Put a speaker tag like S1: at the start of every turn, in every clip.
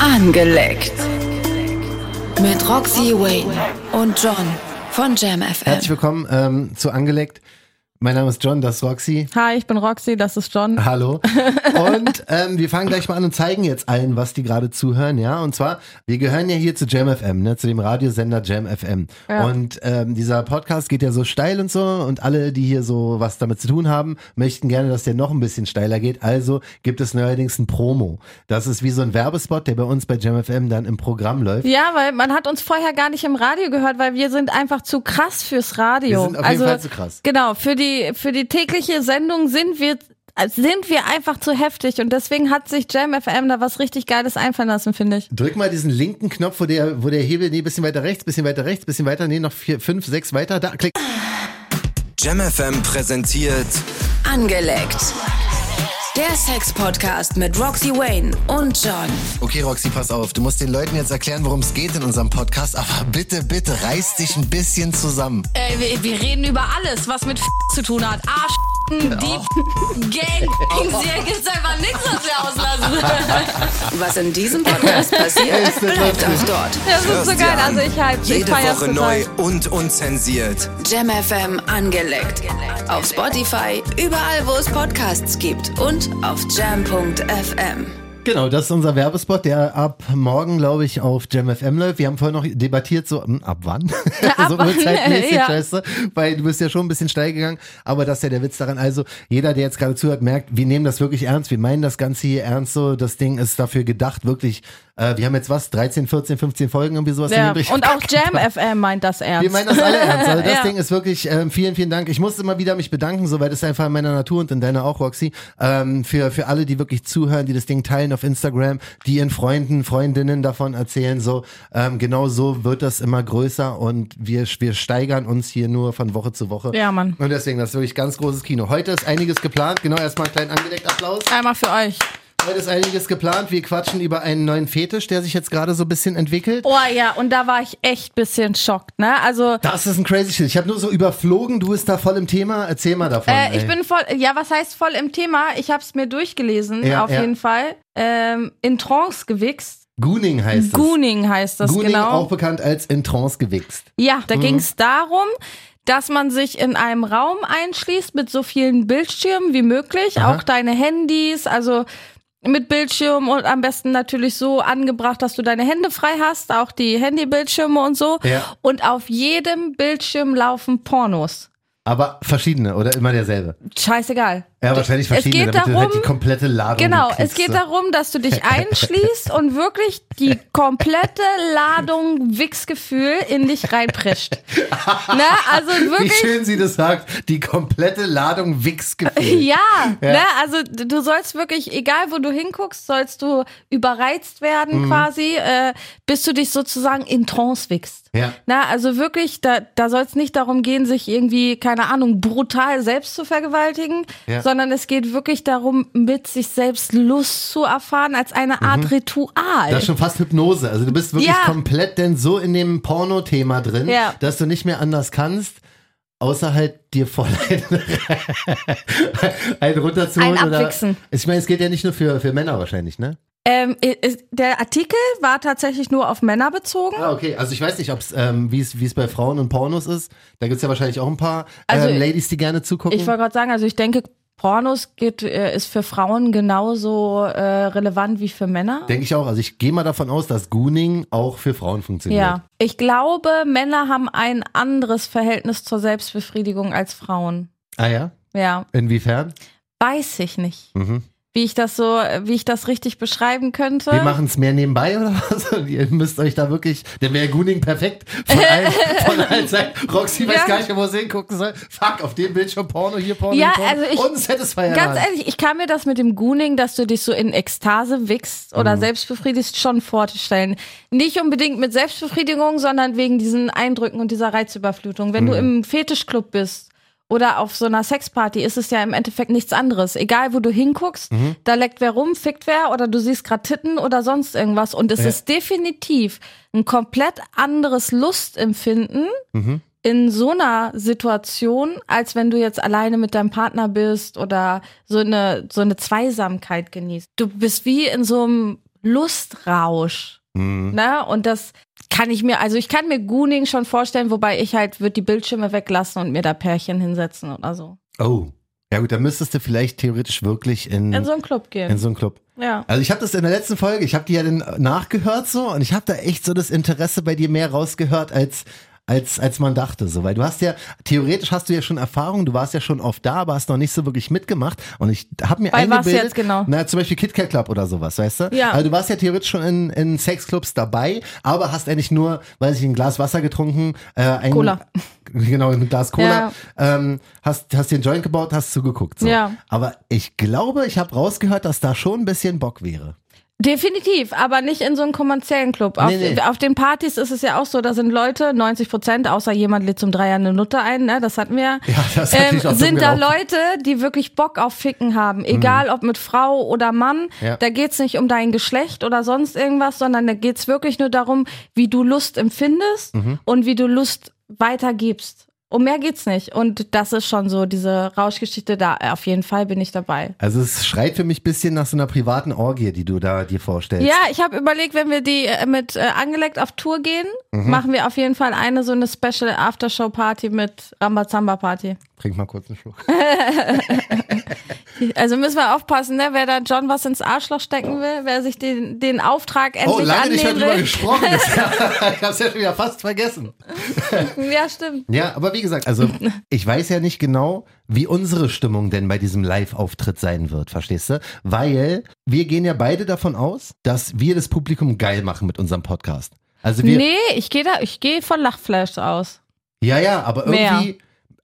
S1: Angeleckt. Mit Roxy Wayne und John von Jam FM.
S2: Herzlich willkommen ähm, zu Angelegt. Mein Name ist John, das ist Roxy.
S3: Hi, ich bin Roxy, das ist John.
S2: Hallo. Und ähm, wir fangen gleich mal an und zeigen jetzt allen, was die gerade zuhören, ja. Und zwar, wir gehören ja hier zu Jam FM, ne? zu dem Radiosender Jam FM.
S3: Ja.
S2: Und ähm, dieser Podcast geht ja so steil und so. Und alle, die hier so was damit zu tun haben, möchten gerne, dass der noch ein bisschen steiler geht. Also gibt es neuerdings ein Promo. Das ist wie so ein Werbespot, der bei uns bei Jam FM dann im Programm läuft.
S3: Ja, weil man hat uns vorher gar nicht im Radio gehört, weil wir sind einfach zu krass fürs Radio.
S2: Wir sind auf jeden
S3: also,
S2: Fall zu krass.
S3: Genau, für die, für die tägliche Sendung sind wir, sind wir einfach zu heftig und deswegen hat sich Jam FM da was richtig Geiles einfallen lassen, finde ich.
S2: Drück mal diesen linken Knopf, wo der, wo der Hebel, nee, bisschen weiter rechts, bisschen weiter rechts, bisschen weiter, nee, noch vier, fünf, sechs weiter, da, klick.
S4: JamFM präsentiert
S1: Angeleckt. Der Sex-Podcast mit Roxy Wayne und John.
S2: Okay, Roxy, pass auf, du musst den Leuten jetzt erklären, worum es geht in unserem Podcast, aber bitte, bitte, reiß dich ein bisschen zusammen.
S5: Äh, wir, wir reden über alles, was mit zu tun hat. Arsch,
S2: Genau.
S5: Dieb, Gang, Pinsel, gibt's einfach nichts, was wir auslassen.
S1: Was in diesem Podcast passiert, bleibt auch dort.
S3: Das ist
S4: Hörst
S3: so
S4: dir
S3: geil,
S4: an.
S3: also ich halt, ich
S4: jede
S3: feier's
S4: Woche
S3: total.
S4: neu und unzensiert.
S1: Jam FM Angeleckt. Auf Spotify, überall wo es Podcasts gibt und auf jam.fm.
S2: Genau, das ist unser Werbespot, der ab morgen, glaube ich, auf JamFM läuft. Wir haben vorhin noch debattiert, so hm, ab wann? so
S3: wann,
S2: uhrzeitmäßig,
S3: ja.
S2: weißt du? Weil du bist ja schon ein bisschen steil gegangen, aber das ist ja der Witz daran. Also, jeder, der jetzt gerade zuhört, merkt, wir nehmen das wirklich ernst. Wir meinen das Ganze hier ernst so. Das Ding ist dafür gedacht, wirklich. Äh, wir haben jetzt was, 13, 14, 15 Folgen, irgendwie sowas. in
S3: Ja.
S2: den Dreh.
S3: Und auch Jam FM meint das ernst.
S2: Wir meinen das alle ernst. Also das
S3: Ja.
S2: Ding ist wirklich, ähm, vielen, vielen Dank. Ich muss immer wieder mich bedanken, so weil das ist einfach in meiner Natur und in deiner auch, Roxy. Ähm, für, für alle, die wirklich zuhören, die das Ding teilen auf Instagram, die ihren Freunden, Freundinnen davon erzählen, so. Ähm, genau so wird das immer größer und wir, wir steigern uns hier nur von Woche zu Woche.
S3: Ja, Mann.
S2: Und deswegen, das ist wirklich ganz großes Kino. Heute ist einiges geplant. Genau, erstmal einen kleinen angedeckten Applaus.
S3: Einmal für euch.
S2: Heute ist einiges geplant. Wir quatschen über einen neuen Fetisch, der sich jetzt gerade so ein bisschen entwickelt.
S3: Oh ja, und da war ich echt bisschen schockt, ne? Also,
S2: Das ist ein crazy Shit. Ich habe nur so überflogen, du bist da voll im Thema. Erzähl mal davon.
S3: Äh, ich
S2: ey.
S3: bin voll, ja, was heißt voll im Thema? Ich habe es mir durchgelesen,
S2: Ja,
S3: auf
S2: ja.
S3: jeden Fall. Ähm, in Trance gewichst.
S2: Gooning heißt
S3: Gooning heißt
S2: es.
S3: das
S2: Gooning,
S3: genau.
S2: auch bekannt als in Trance gewichst.
S3: ja, da ging's ging es darum, dass man sich in einem Raum einschließt mit so vielen Bildschirmen wie möglich,
S2: Aha.
S3: auch deine Handys, also mit Bildschirm und am besten natürlich so angebracht, dass du deine Hände frei hast, auch die Handybildschirme und so.
S2: Ja.
S3: Und auf jedem Bildschirm laufen Pornos.
S2: Aber verschiedene oder immer derselbe.
S3: Scheißegal.
S2: Ja, wahrscheinlich verschiedene,
S3: geht
S2: damit du halt die
S3: darum-
S2: komplette Ladung
S3: Genau,
S2: kriegst,
S3: es geht
S2: so.
S3: darum, dass du dich einschließt und wirklich die komplette Ladung Wichsgefühl in dich reinprescht. ne? Also
S2: Wie
S3: wirklich.
S2: schön sie das sagt, die komplette Ladung Wichsgefühl.
S3: Ja, Ne? also d- du sollst wirklich, egal wo du hinguckst, sollst du überreizt werden
S2: Mhm.
S3: quasi, äh, bis du dich sozusagen in Trance wickst.
S2: Ja.
S3: Na, also wirklich, da, da soll es nicht darum gehen, sich irgendwie, keine Ahnung, brutal selbst zu vergewaltigen,
S2: Ja.
S3: sondern es geht wirklich darum, mit sich selbst Lust zu erfahren, als eine Art Ritual.
S2: Mhm. Das ist schon fast Hypnose. Also du bist wirklich
S3: Äh, Ja.
S2: komplett denn so in dem Porno-Thema drin,
S3: Ja.
S2: dass du nicht mehr anders kannst, außer halt dir voll einen, einen runterzuholen.
S3: Ein
S2: oder,
S3: abwichsen.
S2: Ich meine, es geht ja nicht nur für, für Männer wahrscheinlich, ne?
S3: ähm, i- ist- der Artikel war tatsächlich nur auf Männer bezogen.
S2: Ah, okay. Also ich weiß nicht, ob's, ähm, wie es wie es bei Frauen und Pornos ist. Da gibt's ja wahrscheinlich auch ein paar
S3: Also
S2: ähm,
S3: ich-
S2: Ladies, die gerne zugucken.
S3: Ich wollte gerade sagen, also ich denke, Pornos geht, äh, ist für Frauen genauso äh, relevant wie für Männer.
S2: Denke ich auch. Also ich gehe mal davon aus, dass Gooning auch für Frauen funktioniert.
S3: Ja, ich glaube, Männer haben ein anderes Verhältnis zur Selbstbefriedigung als Frauen.
S2: Ah ja?
S3: Ja,
S2: Inwiefern?
S3: weiß ich nicht,
S2: Mhm.
S3: wie ich das so, wie ich das richtig beschreiben könnte.
S2: Wir machen's mehr nebenbei oder was? Und Ihr müsst euch da wirklich, dann wäre Gooning perfekt von allen, von allen Seiten. Roxy weiß
S3: Ja.
S2: gar nicht, wo sie hingucken soll. Fuck, auf dem Bildschirm Porno, hier Porno,
S3: Ja,
S2: hier Porno.
S3: also ich-
S2: und Satisfyer.
S3: Ganz
S2: Mann.
S3: ehrlich, ich kann mir das mit dem Gooning, dass du dich so in Ekstase wickst oder selbstbefriedigst, schon vorstellen. Nicht unbedingt mit Selbstbefriedigung, sondern wegen diesen Eindrücken und dieser Reizüberflutung. Wenn du im Fetischclub bist oder auf so einer Sexparty, ist es ja im Endeffekt nichts anderes. Egal, wo du hinguckst, da leckt wer rum, fickt wer oder du siehst grad Titten oder sonst irgendwas. Und es
S2: Ja.
S3: ist definitiv ein komplett anderes Lustempfinden in so einer Situation, als wenn du jetzt alleine mit deinem Partner bist oder so eine, so eine Zweisamkeit genießt. Du bist wie in so einem Lustrausch.
S2: Mhm.
S3: Ne? Und das kann ich mir, also ich kann mir Gooning schon vorstellen, wobei ich halt würde die Bildschirme weglassen und mir da Pärchen hinsetzen oder so.
S2: Oh. Ja gut, dann müsstest du vielleicht theoretisch wirklich in,
S3: In so einen Club gehen.
S2: Mhm. in so einen Club.
S3: ja.
S2: Also ich habe das in der letzten Folge, ich habe die ja dann nachgehört so und ich habe da echt so das Interesse bei dir mehr rausgehört als als als man dachte so, weil du hast ja theoretisch hast du ja schon Erfahrung, du warst ja schon oft da, aber hast noch nicht so wirklich mitgemacht und ich habe mir
S3: Bei was
S2: eingebildet,
S3: jetzt genau?
S2: na zum Beispiel KitKat Club oder sowas, weißt du?
S3: Ja.
S2: Also du warst ja theoretisch schon in, in Sexclubs dabei, aber hast eigentlich nur, weiß ich, ein Glas Wasser getrunken, äh, ein,
S3: Cola.
S2: genau ein Glas Cola, ähm, hast hast den Joint gebaut, hast zugeguckt so.
S3: Ja.
S2: Aber ich glaube, ich habe rausgehört, dass da schon ein bisschen Bock wäre.
S3: Definitiv, aber nicht in so einem kommerziellen Club. Auf,
S2: Nee, nee.
S3: auf den Partys ist es ja auch so, da sind Leute, 90 Prozent, außer jemand lädt zum Dreier eine Nutte ein, ne? das hatten wir. Ja,
S2: das hat natürlich auch dumm
S3: Ähm, sind da
S2: gelaufen. Mhm.
S3: Leute, die wirklich Bock auf Ficken haben, egal ob mit Frau oder Mann,
S2: Ja.
S3: da geht's nicht um dein Geschlecht oder sonst irgendwas, sondern da geht's wirklich nur darum, wie du Lust empfindest
S2: Mhm.
S3: und wie du Lust weitergibst. Um mehr geht's nicht. Und das ist schon so, diese Rauschgeschichte, da äh, auf jeden Fall bin ich dabei.
S2: Also es schreit für mich ein bisschen nach so einer privaten Orgie, die du da dir vorstellst.
S3: Ja, ich habe überlegt, wenn wir die äh, mit äh, angeleckt auf Tour gehen,
S2: Mhm.
S3: machen wir auf jeden Fall eine so eine Special Aftershow Party mit Rambazamba Party.
S2: Trink mal kurz einen Schluck.
S3: Also müssen wir aufpassen, ne? Wer da John was ins Arschloch stecken will, wer sich den, den Auftrag
S2: Oh,
S3: endlich
S2: lange nicht mehr
S3: annehmen
S2: drüber
S3: will.
S2: gesprochen. ich hab's ja schon wieder fast vergessen.
S3: Ja, stimmt.
S2: Ja, aber wie gesagt, also ich weiß ja nicht genau, wie unsere Stimmung denn bei diesem Live-Auftritt sein wird, verstehst du? Weil wir gehen ja beide davon aus, dass wir das Publikum geil machen mit unserem Podcast. Also wir,
S3: Nee, ich gehe da, ich gehe von Lachflash aus.
S2: Ja, ja, aber
S3: Mehr.
S2: irgendwie.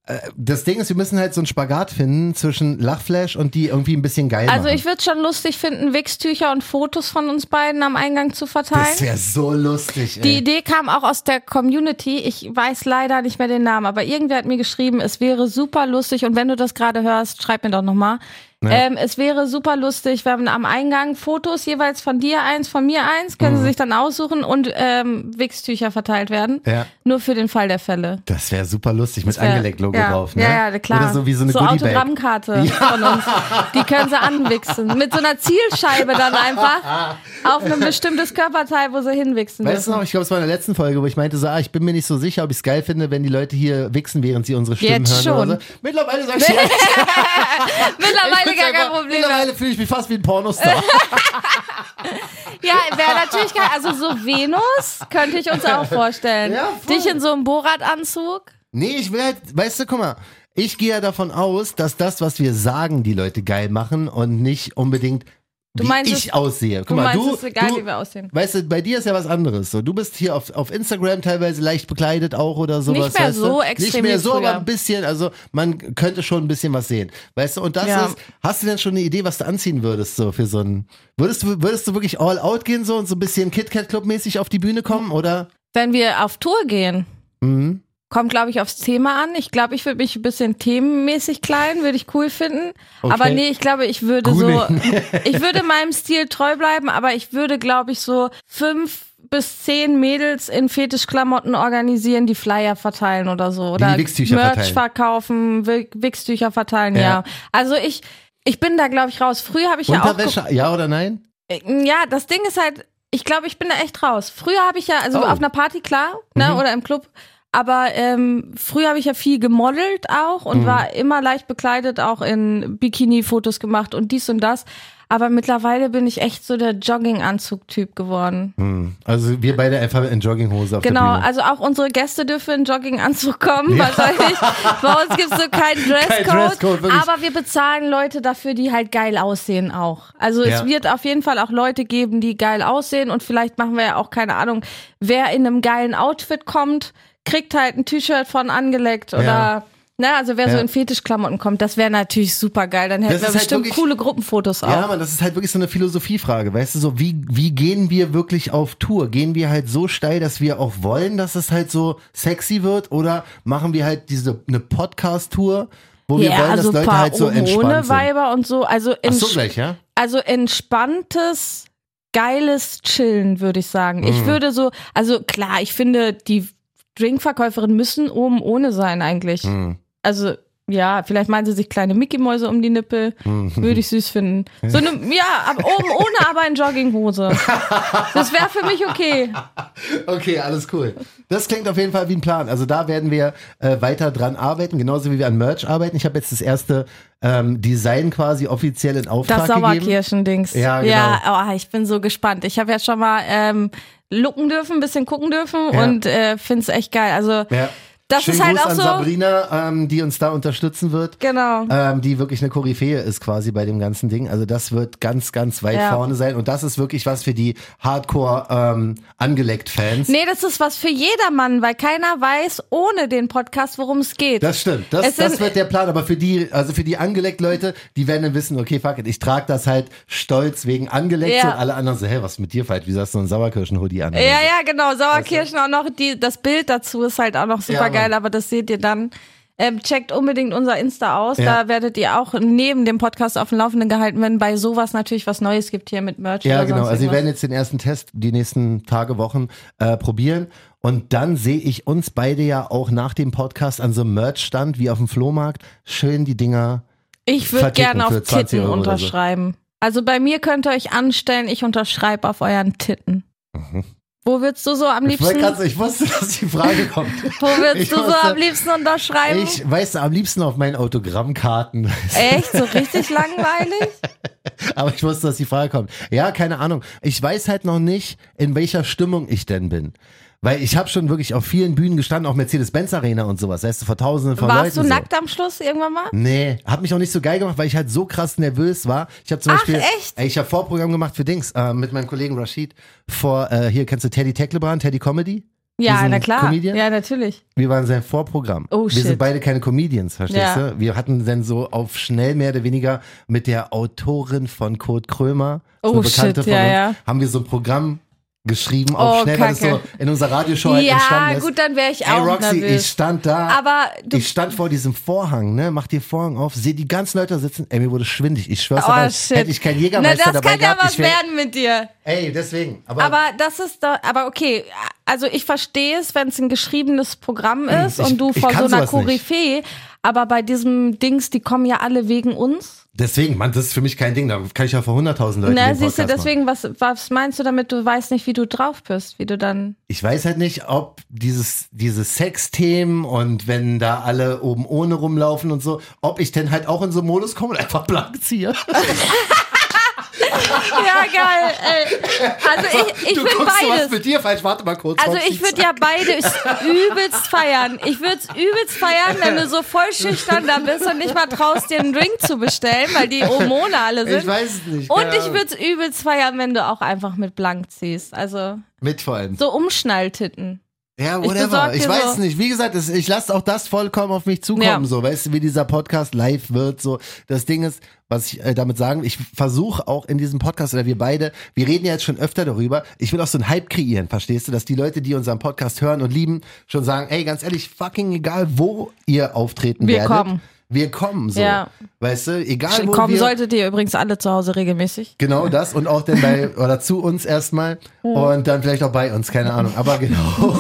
S2: Äh, das Ding ist, wir müssen halt so einen Spagat finden zwischen Lachflash und die irgendwie ein bisschen geil
S3: Also
S2: machen.
S3: ich würde schon lustig finden, Wichstücher und Fotos von uns beiden am Eingang zu verteilen.
S2: das wäre so lustig.
S3: Die
S2: Ey.
S3: Idee kam auch aus der Community. Ich weiß leider nicht mehr den Namen, aber irgendwer hat mir geschrieben, es wäre super lustig. Und wenn du das gerade hörst, schreib mir doch nochmal. Ähm, es wäre super lustig, wenn am Eingang Fotos jeweils von dir eins, von mir eins,
S2: Mhm.
S3: können sie sich dann aussuchen und ähm, Wichstücher verteilt werden.
S2: Ja.
S3: Nur für den Fall der Fälle.
S2: das wäre super lustig mit
S3: Ja.
S2: Angelegt-Logo
S3: ja.
S2: drauf. Ne?
S3: Ja, ja, klar.
S2: Oder so wie so eine Goodie-Bag.
S3: Autogrammkarte von uns. Die können sie anwichsen. Mit so einer Zielscheibe dann einfach auf ein bestimmtes Körperteil, wo sie hinwichsen
S2: Weißt du
S3: dürfen.
S2: noch, ich glaube, es war in der letzten Folge, wo ich meinte so, ah, ich bin mir nicht so sicher, ob ich es geil finde, wenn die Leute hier wichsen, während sie unsere Stimmen
S3: Jetzt
S2: hören. Oder
S3: schon.
S2: so. Mittlerweile sag ich ja,
S3: Mittlerweile
S2: ich find's
S3: gar kein
S2: einfach-
S3: Problem mehr.
S2: Mittlerweile fühle ich mich fast wie ein Pornostar.
S3: Ja, wäre natürlich geil. Also so Venus könnte ich uns auch vorstellen.
S2: Ja, voll.
S3: Dich in so einem Borat-Anzug.
S2: Nee, ich will halt, weißt du, guck mal, ich gehe ja davon aus, dass das, was wir sagen, die Leute geil machen und nicht unbedingt, wie
S3: meinst
S2: ich
S3: es-
S2: aussehe. Guck
S3: Du
S2: mal,
S3: meinst,
S2: du,
S3: es ist egal,
S2: du,
S3: wie wir aussehen.
S2: Weißt du, bei dir ist ja was anderes. So, du bist hier auf, auf Instagram teilweise leicht bekleidet auch oder sowas.
S3: Nicht mehr
S2: weißt
S3: so
S2: du?
S3: extrem
S2: Nicht mehr
S3: wie
S2: so,
S3: früher.
S2: aber ein bisschen. Also man könnte schon ein bisschen was sehen. Weißt du, und das
S3: Ja.
S2: ist, hast du denn schon eine Idee, was du anziehen würdest so für so einen, würdest du, würdest du wirklich all out gehen so und so ein bisschen KitKat-Club-mäßig auf die Bühne kommen oder?
S3: Wenn wir auf Tour gehen,
S2: Mhm.
S3: kommt, glaube ich, aufs Thema an. Ich glaube, ich würde mich ein bisschen themenmäßig kleiden, würde ich cool finden. Aber nee, ich glaube, ich würde
S2: Gooning.
S3: so, ich würde meinem Stil treu bleiben, aber ich würde, glaube ich, so fünf bis zehn Mädels in Fetischklamotten organisieren, die Flyer verteilen oder so. Oder
S2: die Wichstücher
S3: Merch
S2: verteilen.
S3: verkaufen, Wi- Wichstücher verteilen,
S2: Ja.
S3: ja. Also ich, ich bin da, glaube ich, raus. Früher habe ich ja auch. ge-
S2: Unterwäsche, ja oder nein?
S3: Äh, ja, das Ding ist halt, ich glaube, ich bin da echt raus. Früher habe ich ja, also
S2: Oh.
S3: auf einer Party, klar, ne, oder im Club, aber ähm, früher habe ich ja viel gemodelt auch und war immer leicht bekleidet, auch in Bikini-Fotos gemacht und dies und das. Aber mittlerweile bin ich echt so der Jogging-Anzug-Typ geworden.
S2: Hm. Also wir beide einfach in Jogginghose auf
S3: Genau,
S2: der Bühne.
S3: also auch unsere Gäste dürfen in Jogginganzug kommen, wahrscheinlich. Bei uns gibt's so keinen Dresscode.
S2: Dresscode, wirklich.
S3: aber wir bezahlen Leute dafür, die halt geil aussehen auch. Also
S2: Ja.
S3: es wird auf jeden Fall auch Leute geben, die geil aussehen und vielleicht machen wir ja auch, keine Ahnung, wer in einem geilen Outfit kommt, kriegt halt ein T-Shirt von angelegt oder. Ne, also wer
S2: Ja.
S3: so in Fetischklamotten kommt, das wäre natürlich super geil. Dann hätten
S2: Das
S3: wir
S2: ist halt
S3: bestimmt
S2: wirklich-
S3: coole Gruppenfotos auch.
S2: Ja, Mann, das ist halt wirklich so eine Philosophiefrage, weißt du, so wie, wie gehen wir wirklich auf Tour? Gehen wir halt so steil, dass wir auch wollen, dass es halt so sexy wird oder machen wir halt diese, eine Podcast-Tour, wo wir wollen, dass
S3: so
S2: Leute
S3: also paar
S2: halt so entspannt
S3: ohne
S2: sind?
S3: Weiber und so. Also
S2: Ach
S3: in
S2: so, gleich, ja?
S3: also entspanntes, geiles Chillen, würde ich sagen.
S2: Mhm.
S3: Ich würde so, also
S2: Mhm.
S3: klar, ich finde, die Drinkverkäuferinnen müssen oben ohne sein eigentlich. Also Ja, vielleicht meinen sie sich kleine Mickey-Mäuse um die Nippel.
S2: Mhm.
S3: Würde ich süß finden. So eine, ja, ab oben ohne, aber in Jogginghose. Das wäre für mich okay.
S2: Okay, alles cool. Das klingt auf jeden Fall wie ein Plan. Also da werden wir äh, weiter dran arbeiten, genauso wie wir an Merch arbeiten. Ich habe jetzt das erste ähm, Design quasi offiziell in Auftrag
S3: Das
S2: gegeben.
S3: Sauerkirschen-Dings.
S2: Ja, genau.
S3: ja oh, ich bin so gespannt. Ich habe ja schon mal ähm, lucken dürfen, ein bisschen gucken dürfen
S2: Ja.
S3: und äh, finde es echt geil. Also,
S2: Ja.
S3: das
S2: Schönen
S3: ist halt
S2: Gruß
S3: auch
S2: an
S3: so.
S2: Sabrina, ähm, die uns da unterstützen wird.
S3: Genau.
S2: Ähm, die wirklich eine Koryphäe ist quasi bei dem ganzen Ding. Also das wird ganz, ganz weit
S3: Ja.
S2: vorne sein. Und das ist wirklich was für die Hardcore ähm, angelegt Fans.
S3: Nee, das ist was für jedermann, weil keiner weiß ohne den Podcast, worum es geht.
S2: Das stimmt. Das,
S3: Es
S2: das
S3: sind-
S2: wird der Plan. Aber für die, also für die angelegt Leute, die werden dann wissen, okay, fuck it, ich trage das halt stolz wegen angelegt
S3: Ja.
S2: und alle anderen so, hey, was ist mit dir falsch? Wieso hast du so einen Sauerkirschen-Hoodie an?
S3: ja, ja, genau. Sauerkirschen auch noch. Die, das Bild dazu ist halt auch noch super geil,
S2: Mann.
S3: aber das seht ihr dann. Ähm, checkt unbedingt unser Insta aus.
S2: Ja.
S3: Da werdet ihr auch neben dem Podcast auf dem Laufenden gehalten, wenn bei sowas natürlich was Neues gibt hier mit Merch.
S2: Ja,
S3: oder
S2: genau.
S3: sonst
S2: Also wir
S3: irgendwas.
S2: werden jetzt den ersten Test die nächsten Tage, Wochen äh, probieren. Und dann sehe ich uns beide ja auch nach dem Podcast an so einem Merch-Stand wie auf dem Flohmarkt schön die Dinger
S3: Ich würde
S2: verticken
S3: gerne
S2: für
S3: auf
S2: 20
S3: Titten
S2: Euro oder so.
S3: unterschreiben. Also bei mir könnt ihr euch anstellen, ich unterschreibe auf euren Titten. Wo würdest du so am
S2: Mhm. Ich, wollte
S3: liebsten,
S2: grad so- ich wusste, dass die Frage kommt.
S3: wo
S2: Ich
S3: würdest du so
S2: wusste-
S3: am liebsten unterschreiben?
S2: Ich weiß am liebsten auf meinen Autogrammkarten.
S3: Echt? So richtig langweilig?
S2: Aber ich wusste, dass die Frage kommt. Ja, keine Ahnung. Ich weiß halt noch nicht, in welcher Stimmung ich denn bin. Weil ich habe schon wirklich auf vielen Bühnen gestanden, auch Mercedes-Benz Arena und sowas. Weißt du, vor Tausenden von Leuten.
S3: Warst du
S2: so.
S3: nackt am Schluss irgendwann mal?
S2: Nee, hab mich auch nicht so geil gemacht, weil ich halt so krass nervös war. Ich habe zum Beispiel,
S3: echt?
S2: Ey, ich habe Vorprogramm gemacht für Dings äh, mit meinem Kollegen Rashid vor. Äh, hier kennst du Teddy Tecklebrand, Teddy Comedy.
S3: Ja,
S2: Diesen
S3: na klar.
S2: Comedian?
S3: Ja, natürlich.
S2: Wir waren sein Vorprogramm.
S3: Oh,
S2: wir
S3: shit.
S2: sind beide keine Comedians, verstehst
S3: Ja.
S2: du? Wir hatten dann so auf schnell mehr oder weniger mit der Autorin von Kurt Krömer, so eine
S3: Oh,
S2: Bekannte von
S3: shit, ja,
S2: uns,
S3: ja.
S2: haben wir so ein Programm geschrieben auf
S3: Oh,
S2: schnell, weil das
S3: Kacke.
S2: so in unserer Radioshow halt entstanden
S3: ja,
S2: ist.
S3: gut, dann wäre ich
S2: Ey,
S3: auch
S2: Roxy, ich
S3: nervös.
S2: stand da.
S3: Aber du,
S2: ich stand vor diesem Vorhang, ne? Mach dir Vorhang auf, sehe die ganzen Leute da sitzen. Ey, mir wurde schwindig. Ich schwör's
S3: oh
S2: aber,
S3: shit.
S2: hätte ich keinen
S3: Na,
S2: Jägermeister
S3: das
S2: dabei
S3: kann ja
S2: gehabt.
S3: was
S2: ich wär,
S3: werden mit dir.
S2: ey, deswegen. Aber,
S3: Aber das ist doch, aber okay, also ich verstehe es, wenn es ein geschriebenes Programm ist
S2: Hm, Ich-
S3: und du
S2: ich
S3: vor
S2: kann
S3: so einer
S2: sowas nicht.
S3: Koryphäe, aber bei diesem Dings, die kommen ja alle wegen uns.
S2: deswegen, Mann, das ist für mich kein Ding. Da kann ich ja vor 100.000 Leuten
S3: Ne,
S2: den
S3: siehst du,
S2: Podcast machen.
S3: deswegen, was, was meinst du damit, du weißt nicht, wie du drauf bist, wie du dann.
S2: Ich weiß halt nicht, ob dieses, diese Sex-Themen und wenn da alle oben ohne rumlaufen und so, ob ich denn halt auch in so einen Modus komme und einfach blank ziehe.
S3: Ja, geil. Ey. Also ich, ich
S2: du
S3: will
S2: guckst du was
S3: beides.
S2: mit dir falsch. Warte mal kurz.
S3: Also
S2: Roxy.
S3: ich würde ja beides übelst feiern. Ich würde es übelst feiern, wenn du so voll schüchtern da bist und nicht mal traust, dir einen Drink zu bestellen, weil die Hormone alle sind.
S2: Ich weiß es nicht. genau.
S3: und
S2: keine
S3: ich
S2: Ahnung.
S3: würde es übelst feiern, wenn du auch einfach mit blank ziehst. Also
S2: Mit vor allem.
S3: so Umschnalltitten.
S2: Ja,
S3: Ich
S2: whatever.
S3: besorg
S2: Ich,
S3: dir
S2: weiß
S3: so-
S2: nicht. Wie gesagt, es, ich lasse auch das vollkommen auf mich zukommen.
S3: Ja.
S2: So, weißt du, wie dieser Podcast live wird. So, das Ding ist, was ich äh, damit sagen, will, ich versuche auch in diesem Podcast oder wir beide, wir reden ja jetzt schon öfter darüber. Ich will auch so einen Hype kreieren, verstehst du, dass die Leute, die unseren Podcast hören und lieben, schon sagen, ey, ganz ehrlich, fucking egal, wo ihr auftreten
S3: Wir
S2: werdet.
S3: kommen.
S2: Wir kommen so.
S3: Ja.
S2: Weißt du, egal wo
S3: Kommen
S2: wir
S3: solltet ihr übrigens alle zu Hause regelmäßig.
S2: Genau das und auch dann bei oder zu uns erstmal und dann vielleicht auch bei uns, keine Ahnung. Aber genau.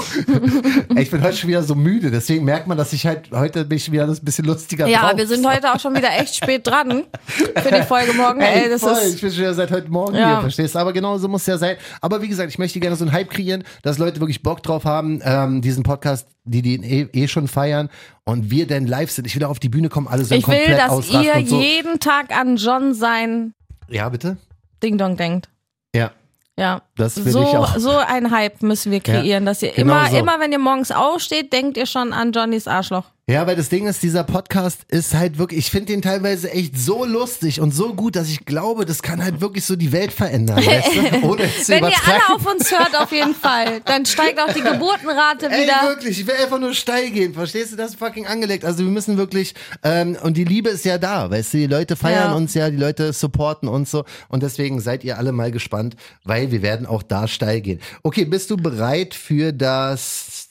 S2: ich bin heute schon wieder so müde, deswegen merkt man, dass ich halt heute bin ich wieder das bisschen lustiger
S3: Ja,
S2: drauf.
S3: wir sind heute auch schon wieder echt spät dran für die Folge morgen.
S2: Ey,
S3: Ey, das
S2: voll.
S3: ist
S2: ich bin schon wieder seit heute Morgen
S3: Ja.
S2: hier, verstehst du? Aber genau so muss es ja sein. Aber wie gesagt, ich möchte gerne so einen Hype kreieren, dass Leute wirklich Bock drauf haben, ähm, diesen Podcast, die den eh, eh schon feiern und wir dann live sind. Ich will auch auf die Bühne kommen, alle so
S3: ich
S2: komplett
S3: will, dass
S2: ausrasten
S3: ihr
S2: und so.
S3: jeden Tag an John sein
S2: Ja, bitte?
S3: Ding Dong denkt.
S2: Ja.
S3: Ja,
S2: Das will
S3: so,
S2: ich auch.
S3: so ein Hype müssen wir kreieren,
S2: Ja,
S3: dass ihr
S2: genau
S3: immer,
S2: so.
S3: immer, wenn ihr morgens aufsteht, denkt ihr schon an Johnnys Arschloch.
S2: Ja, weil das Ding ist, dieser Podcast ist halt wirklich, ich finde den teilweise echt so lustig und so gut, dass ich glaube, das kann halt wirklich so die Welt verändern, weißt du? Ohne es zu
S3: Wenn ihr
S2: übertreiben.
S3: alle auf uns hört, auf jeden Fall, dann steigt auch die Geburtenrate
S2: Ey,
S3: wieder.
S2: wirklich, ich will einfach nur steil gehen, verstehst du? Das ist fucking angelegt. Also wir müssen wirklich, ähm, und die Liebe ist ja da, weißt du? Die Leute feiern
S3: Ja.
S2: uns ja, die Leute supporten uns so. Und deswegen seid ihr alle mal gespannt, weil wir werden auch da steil gehen. Okay, bist du bereit für das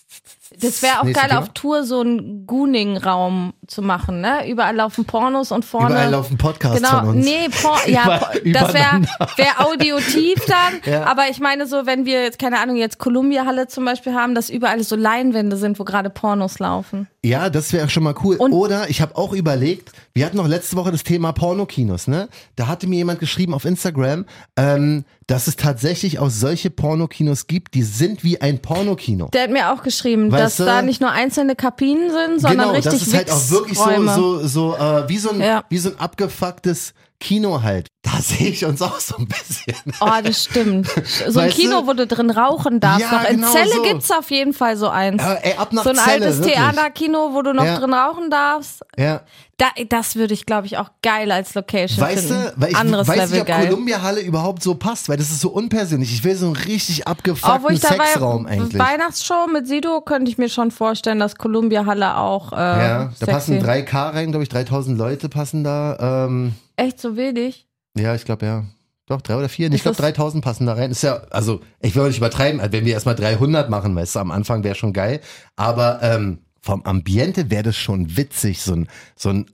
S3: Das wäre auch
S2: Nächste
S3: geil,
S2: Thema?
S3: auf Tour so einen Gooning-Raum zu machen, ne? Überall laufen Pornos und vorne.
S2: Überall laufen Podcasts
S3: Genau,
S2: von uns.
S3: nee, Por ja,
S2: Über-
S3: Por das wäre
S2: übereinander.
S3: wär audiotief dann.
S2: Ja.
S3: Aber ich meine so, wenn wir jetzt, keine Ahnung, jetzt Columbia-Halle zum Beispiel haben, dass überall so Leinwände sind, wo gerade Pornos laufen.
S2: Ja, das wäre schon mal cool.
S3: Und-
S2: Oder ich habe auch überlegt, wir hatten noch letzte Woche das Thema Pornokinos, ne? Da hatte mir jemand geschrieben auf Instagram, ähm, dass es tatsächlich auch solche Pornokinos gibt, die sind wie ein Pornokino.
S3: Der hat mir auch geschrieben,
S2: Weißt
S3: dass
S2: du?
S3: da nicht nur einzelne Kabinen sind, sondern
S2: Genau,
S3: richtig
S2: das ist halt auch wirklich so,
S3: Wichsräume.
S2: so, so äh, wie, so ein,
S3: Ja.
S2: wie so ein abgefucktes Kino halt. Da sehe ich uns auch so ein bisschen.
S3: Oh, das stimmt. So ein
S2: Weißt du?
S3: Kino, wo du drin rauchen darfst.
S2: Ja,
S3: noch. In
S2: genau
S3: Celle
S2: so.
S3: gibt's auf jeden Fall so eins.
S2: Ja, ey, ab nach
S3: so ein
S2: Celle,
S3: altes
S2: wirklich.
S3: Theaterkino, wo du noch
S2: Ja.
S3: drin rauchen darfst.
S2: Ja.
S3: Da, das würde ich, glaube ich, auch geil als Location
S2: Weißt
S3: finden.
S2: du, weil ich
S3: Anderes
S2: weiß
S3: Level
S2: nicht, ob
S3: geil.
S2: Columbia-Halle überhaupt so passt, weil das ist so unpersönlich. Ich will so einen richtig
S3: Auch Oh, wo
S2: abgefuckten
S3: ich dabei
S2: Sexraum eigentlich.
S3: Weihnachtsshow mit Sido könnte ich mir schon vorstellen, dass Columbia Halle auch äh,
S2: Ja, da
S3: sexy.
S2: passen 3K rein, glaube ich, 3000 Leute passen da. Ähm,
S3: echt so wenig.
S2: ja, ich glaube, ja. Doch, drei oder vier. Nee, Ich
S3: Ist
S2: glaube,
S3: das-
S2: 3000 passen da rein. Ist ja, also, ich will auch nicht übertreiben. Also, wenn wir erstmal 300 machen, weißt du, am Anfang wäre schon geil. Aber ähm, vom Ambiente wäre das schon witzig, so ein, so ein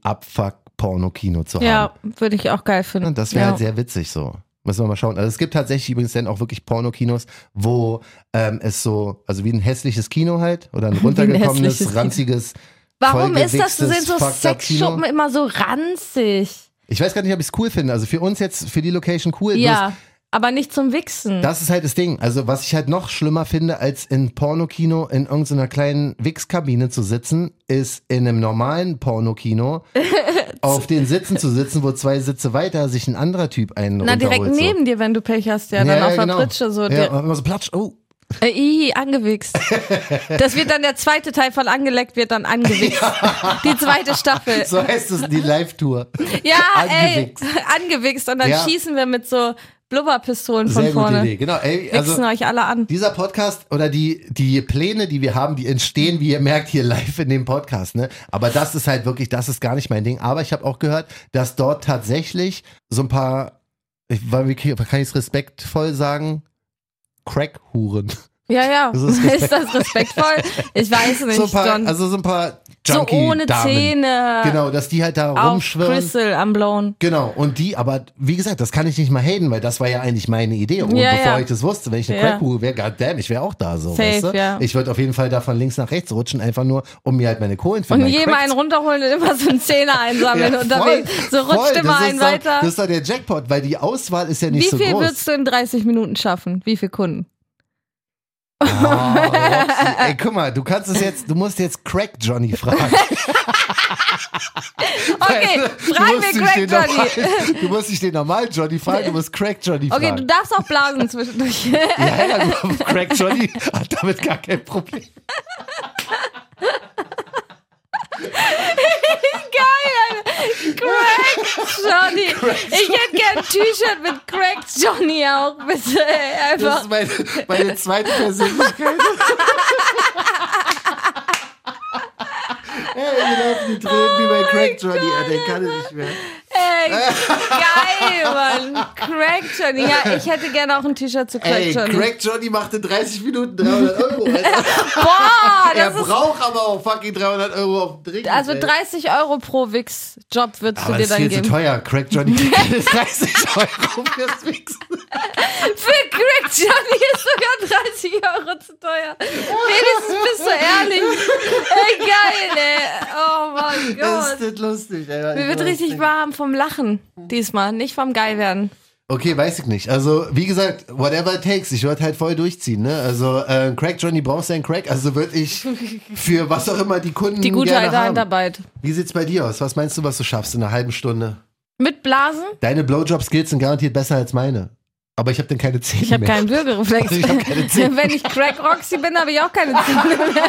S2: Abfuck-Porno-Kino zu
S3: Ja,
S2: haben.
S3: würde ich auch geil
S2: Ne,
S3: finden.
S2: Das wäre
S3: ja.
S2: halt sehr witzig so. Müssen wir mal schauen. Also es gibt tatsächlich übrigens dann auch wirklich Pornokinos, wo ähm, es so, also wie ein hässliches Kino halt oder ein runtergekommenes,
S3: hässliches Kino.
S2: ranziges.
S3: Warum ist das?
S2: vollgewichstes, Äh,
S3: Sind so
S2: fucked up
S3: Sexschuppen
S2: Kino?
S3: immer so ranzig?
S2: Ich weiß gar nicht, ob ich es cool finde. Also für uns jetzt, für die Location cool.
S3: Ja,
S2: Bloß,
S3: aber nicht zum Wichsen.
S2: das ist halt das Ding. Also was ich halt noch schlimmer finde, als in Pornokino in irgendeiner kleinen Wichskabine zu sitzen, ist in einem normalen Pornokino auf den Sitzen zu sitzen, wo zwei Sitze weiter sich ein anderer Typ einen
S3: Na, direkt
S2: runterholt, so. genau.
S3: neben dir, wenn du Pech hast, ja, dann auf der Pritsche so.
S2: Ja,
S3: dir-
S2: immer so platsch. Oh.
S3: Äh, ii, angewichst. das wird dann der zweite Teil von Angeleckt, wird dann angewichst. Die zweite Staffel.
S2: So heißt es, die Live-Tour.
S3: ja,
S2: angewichst.
S3: ey, angewichst. Und dann
S2: Ja.
S3: schießen wir mit so Blubberpistolen von
S2: Sehr
S3: vorne.
S2: gute Idee. Genau, ey,
S3: Wichsen
S2: also
S3: euch alle an.
S2: dieser Podcast oder die, die Pläne, die wir haben, die entstehen, wie ihr merkt, hier live in dem Podcast. Ne? Aber das ist halt wirklich, das ist gar nicht mein Ding. Aber ich habe auch gehört, dass dort tatsächlich so ein paar, ich, weil, wie kann ich es respektvoll sagen, Crack-Huren.
S3: Ja, ja.
S2: Das ist
S3: Ist das respektvoll? Ich weiß nicht.
S2: So ein paar,
S3: Don.
S2: also so ein paar
S3: so
S2: Junkie
S3: ohne
S2: Damen.
S3: Zähne.
S2: Genau, dass die halt da
S3: Auf
S2: rumschwirren.
S3: Crystal am Blauen.
S2: Genau, und die, aber wie gesagt, das kann ich nicht mal haten, weil das war ja eigentlich meine Idee. Und
S3: Ja,
S2: bevor
S3: ja.
S2: ich das wusste, wenn ich eine
S3: Ja.
S2: Crackhuhe wäre, goddamn, ich wäre auch da so.
S3: Safe,
S2: weißt du?
S3: ja.
S2: Ich würde auf jeden Fall da von links nach rechts rutschen, einfach nur, um mir halt meine Kohlen für
S3: Und
S2: meinen
S3: jedem
S2: Crack
S3: einen
S2: zu-
S3: runterholen und immer so einen Zehner einsammeln
S2: Ja,
S3: unterwegs.
S2: voll,
S3: so rutscht
S2: voll,
S3: immer
S2: das ist
S3: einen
S2: doch,
S3: weiter.
S2: Das ist doch der Jackpot, weil die Auswahl ist ja nicht
S3: Wie
S2: so
S3: viel
S2: groß.
S3: würdest du in 30 Minuten schaffen? Wie viele Kunden?
S2: Ah, Roxy, ey, guck mal, du kannst es jetzt, du musst jetzt Crack Johnny fragen.
S3: Okay,
S2: Du
S3: fragen
S2: musst nicht
S3: wir Crack
S2: den
S3: Johnny.
S2: normalen- Du musst nicht den normalen Johnny fragen, du musst Crack Johnny
S3: Okay, du
S2: fragen.
S3: darfst auch blasen zwischendurch.
S2: Ja, ja, du- Crack Johnny hat damit gar kein Problem.
S3: Johnny. Ich hätte gern ein T-Shirt mit Crack Johnny auch, bitte. ey,
S2: Das
S3: Einfach.
S2: ist meine, meine zweite Persönlichkeit. Ey, wir laufen die Tränen
S3: Oh
S2: wie bei Crack Johnny. Ah, Der kann es nicht mehr.
S3: Ey, geil, Mann. Crack Johnny. Ja, ich hätte gerne auch ein T-Shirt zu Crack
S2: Ey,
S3: Johnny.
S2: Crack Johnny macht in 30 Minuten 300 Euro. Alter.
S3: Boah,
S2: Er
S3: das ist.
S2: braucht aber auch fucking 300 Euro auf den Drink.
S3: Also
S2: ey.
S3: 30 Euro pro Wix-Job würdest
S2: aber
S3: du dir
S2: das ist
S3: dann
S2: viel zu
S3: geben.
S2: teuer. Crack Johnny kriegt 30 Euro fürs Wichsen.
S3: Für Crack Johnny ist sogar 30 Euro zu teuer. Wenigstens bist du ehrlich. Ey, geil, ey. Oh mein
S2: Das
S3: Gott.
S2: ist nicht lustig. Ey.
S3: Mir wird richtig warm vom Lachen diesmal, nicht vom Geilwerden.
S2: Okay, weiß ich nicht. Also, wie gesagt, whatever it takes. Ich würde halt voll durchziehen, ne? Also, äh, Crack Johnny brauchst du einen Crack. Also würde ich für was auch immer die Kunden
S3: Die gute
S2: Hm, gerne
S3: alte
S2: haben.
S3: Handarbeit.
S2: Wie sieht's bei dir aus? Was meinst du, was du schaffst in einer halben Stunde?
S3: Mit Blasen?
S2: Deine Blowjob-Skills sind garantiert besser als meine. Aber ich habe dann keine Zähne
S3: Ich habe
S2: mehr.
S3: keinen Würgereflex.
S2: Ich hab keine Zähne.
S3: Wenn ich Crack Roxy bin, habe ich auch keine Zähne.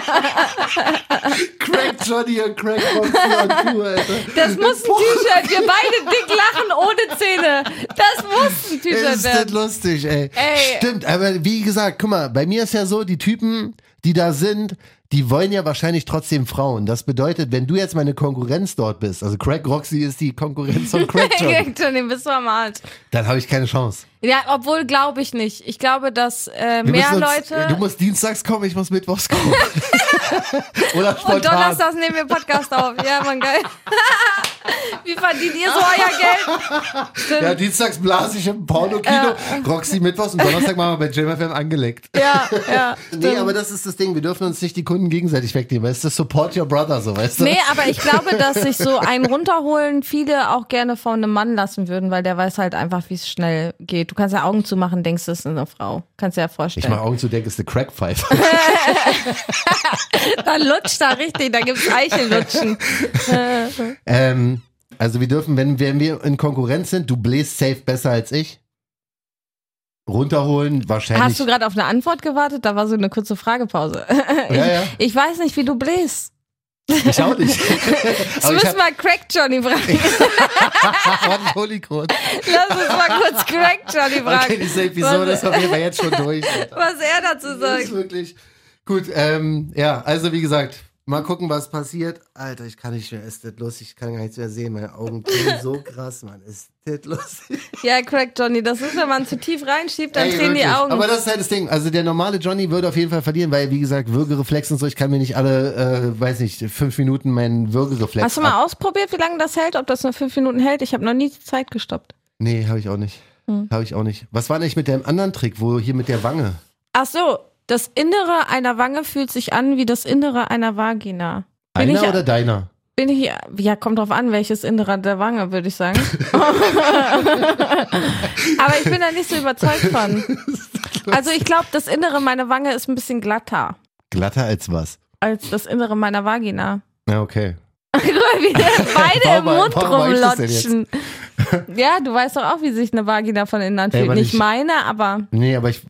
S2: Crack Johnny und Crack Roxy on Tour, Alter.
S3: Das muss ein T-Shirt. Wir beide dick lachen ohne Zähne. Das muss ein T-Shirt
S2: Ist das
S3: werden.
S2: lustig, ey.
S3: Ey.
S2: Stimmt, aber wie gesagt, guck mal, bei mir ist ja so, die Typen, die da sind, die wollen ja wahrscheinlich trotzdem Frauen. Das bedeutet, wenn du jetzt meine Konkurrenz dort bist, also Craig Roxy ist die Konkurrenz von Craig Johnny,
S3: Crack Johnny, bist du am Arsch.
S2: dann habe ich keine Chance.
S3: Ja, obwohl glaube ich nicht. Ich glaube, dass äh,
S6: Wir
S3: mehr
S6: müssen uns,
S3: Leute.
S6: Du musst dienstags kommen, ich muss mittwochs kommen. Oder spontan.
S3: Und donnerstags nehmen wir Podcast auf. Ja, man, geil. Wie verdient ihr so euer Geld?
S6: Ja, dienstags blase ich im Porno-Kino, Roxy mittwochs und Donnerstag machen wir bei JMFM angelegt.
S3: Ja, ja.
S2: Nee, aber das ist das Ding. Wir dürfen uns nicht die Kunden gegenseitig wegnehmen. Es ist das Support Your Brother, so weißt du?
S3: Nee, aber ich glaube, dass sich so ein runterholen viele auch gerne von einem Mann lassen würden, weil der weiß halt einfach, wie es schnell geht. Du kannst ja Augen zumachen, denkst, das ist eine Frau. Kannst dir ja
S2: Ich mach
S3: vorstellen.
S2: Augen zu, denke, ist eine Crackpfeife.
S3: Da lutscht da richtig, da gibt's Eichellutschen.
S2: ähm, also wir dürfen, wenn, wenn wir in Konkurrenz sind, du bläst safe besser als ich. Runterholen, wahrscheinlich.
S3: Hast du gerade auf eine Antwort gewartet? Da war so eine kurze Fragepause.
S2: Ja, ja.
S3: Ich weiß nicht, wie du bläst.
S2: Ich auch nicht.
S3: Du
S2: aber ich
S3: müssen
S2: hab,
S3: mal Crack Johnny fragen.
S2: warte, Holy Gott.
S3: Lass uns mal kurz Crack Johnny
S2: Okay,
S3: fragen,
S2: diese Episode ist auf jeden Fall jetzt schon durch. Alter.
S3: was er dazu
S2: Das ist
S3: sagt.
S2: wirklich gut. Ähm, ja, also wie gesagt, mal gucken, was passiert. Alter, ich kann nicht mehr. Ist das los? Ich kann gar nichts mehr sehen. Meine Augen tun so krass, Mann. Ist das los?
S3: Ja, Crack Johnny, das ist, wenn man zu tief reinschiebt, dann
S2: Ey,
S3: drehen die
S2: wirklich.
S3: Augen.
S2: Aber das ist halt das Ding. Also der normale Johnny würde auf jeden Fall verlieren, weil wie gesagt, Würgereflex und so, ich kann mir nicht alle, äh, weiß nicht, fünf Minuten meinen Würgereflex.
S3: Hast du mal
S2: ab-
S3: ausprobiert, wie lange das hält? Ob das nur fünf Minuten hält? Ich habe noch nie die Zeit gestoppt.
S2: Nee, habe ich auch nicht.
S3: Hm.
S2: Habe ich auch nicht. Was war denn eigentlich mit dem anderen Trick, wo hier mit der Wange?
S3: Ach so, das Innere einer Wange fühlt sich an wie das Innere einer Vagina. Bin
S2: Deiner
S3: ich-
S2: oder deiner?
S3: Bin ich, ja, kommt drauf an, welches Innere der Wange, würde ich sagen. Aber ich bin da nicht so überzeugt von. Also ich glaube, das Innere meiner Wange ist ein bisschen glatter
S2: Glatter als was?
S3: als das Innere meiner Vagina.
S2: Ja, okay.
S3: Guck mal, wie beide im
S2: Warum-
S3: Mund
S2: warum mach ich das denn
S3: rumlotschen. Ja, du weißt doch auch, wie sich eine Vagina von innen
S2: aber
S3: fühlt. Nicht
S2: nicht-
S3: meine, aber
S2: Nee, aber ich